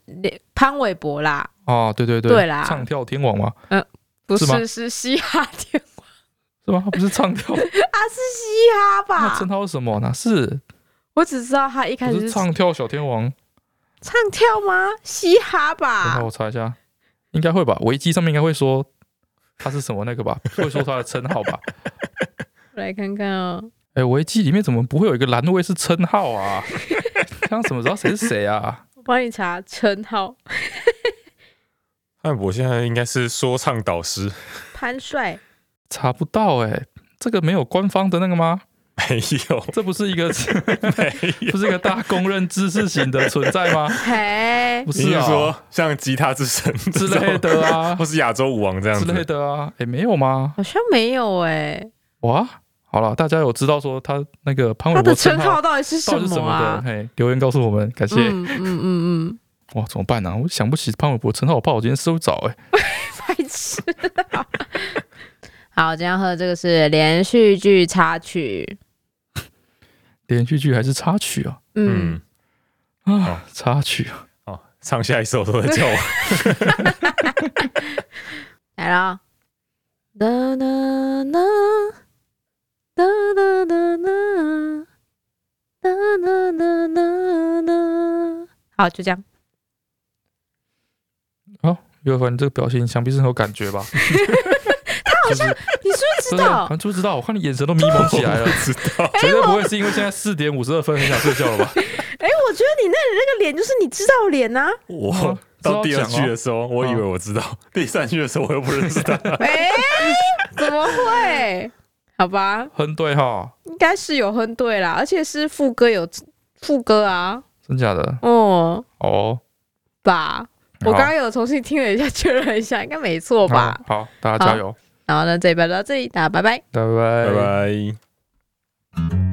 Speaker 1: 潘玮柏啦，
Speaker 2: 哦，对对对，
Speaker 1: 对啦
Speaker 2: 唱跳天王嘛，
Speaker 1: 不是
Speaker 2: 是吗
Speaker 1: 是嘻哈天
Speaker 2: 是吗？他不是唱跳，
Speaker 1: 哈
Speaker 2: 那
Speaker 1: 吧
Speaker 2: 称？他是什么呢？是
Speaker 1: 我只知道他一开
Speaker 2: 不
Speaker 1: 始
Speaker 2: 是
Speaker 1: 是
Speaker 2: 唱跳小天王？
Speaker 1: 唱跳吗？嘻哈
Speaker 2: 等一下
Speaker 1: 吧
Speaker 2: 我？查一下，应该会吧？维基上面应该会说他是什么那 个吧？会说他的称号吧？
Speaker 1: 我来看看哦。
Speaker 2: 哎，维基里面怎么不会有一个栏位是称号 啊？这样怎么知道谁是谁啊？
Speaker 1: 我帮你查称号，
Speaker 3: 汉博现在应该是说唱导师，
Speaker 1: 潘 帅
Speaker 2: 查不到哎、这个没有官方的那个吗？
Speaker 3: 没有
Speaker 2: 这不是 一个
Speaker 3: 没有。
Speaker 2: 不是一啊个大家公认知识型的存在 吗？
Speaker 1: 嘿
Speaker 2: 不
Speaker 3: 你
Speaker 2: 是
Speaker 3: 是
Speaker 2: 啊、
Speaker 3: 说像吉他之神
Speaker 2: 之类，的啊
Speaker 3: 或是亚洲舞王这样
Speaker 2: 之类
Speaker 3: 子？
Speaker 2: 的啊，哎、没有吗？
Speaker 1: 好像没有哎、
Speaker 2: 哇，好了，大家有知道说他那个潘玮
Speaker 1: 他
Speaker 2: 柏
Speaker 1: 的称号
Speaker 2: 号
Speaker 1: 到底 是
Speaker 2: 到
Speaker 1: 什
Speaker 2: 底是
Speaker 1: 么
Speaker 2: 么的？
Speaker 1: 啊？
Speaker 2: 嘿，留言告诉我们，感谢。
Speaker 1: 嗯嗯嗯嗯，
Speaker 2: 哇，怎么办呢、啊？我想不起潘玮柏称号，我怕我今天收着哎、
Speaker 1: 白痴啊。 好，今天要喝的这个是连续剧插曲。
Speaker 2: 连续剧还是插曲啊？
Speaker 1: 嗯，
Speaker 3: 嗯，
Speaker 2: 啊，插曲啊！
Speaker 3: 哦，唱下一首都在叫我。
Speaker 1: 来了。哒哒哒哒哒哒哒哒哒哒哒哒。好，就这样。
Speaker 2: 刘凡，你这个表情想必是很有感觉吧？
Speaker 1: 好像你是不是知
Speaker 2: 真的，
Speaker 1: 道
Speaker 2: 好？像知不知道？我看你眼神都迷蒙 起来了
Speaker 3: 我，不知道，
Speaker 2: 绝对不会是因为现在四点五十二分很想睡觉了吧？
Speaker 1: 哎、我觉得你那里那个脸就是你知道脸啊呐、
Speaker 3: 我到第二句的时候，我以为我知道，第三句的时候我又不认 识他。
Speaker 1: 哎、怎么会？好吧，
Speaker 2: 很对哈，
Speaker 1: 应该是有哼对啦，而且是副歌有副歌啊，
Speaker 2: 真假的
Speaker 1: 哦、
Speaker 2: 哦。
Speaker 1: 吧。我刚刚有重新听了一下，确认一下，应该没错
Speaker 2: 好
Speaker 1: 吧？
Speaker 2: 好，好大家加油，哎
Speaker 1: 然后呢，这一拜就到这里，大家拜拜。
Speaker 2: 拜拜
Speaker 3: 拜。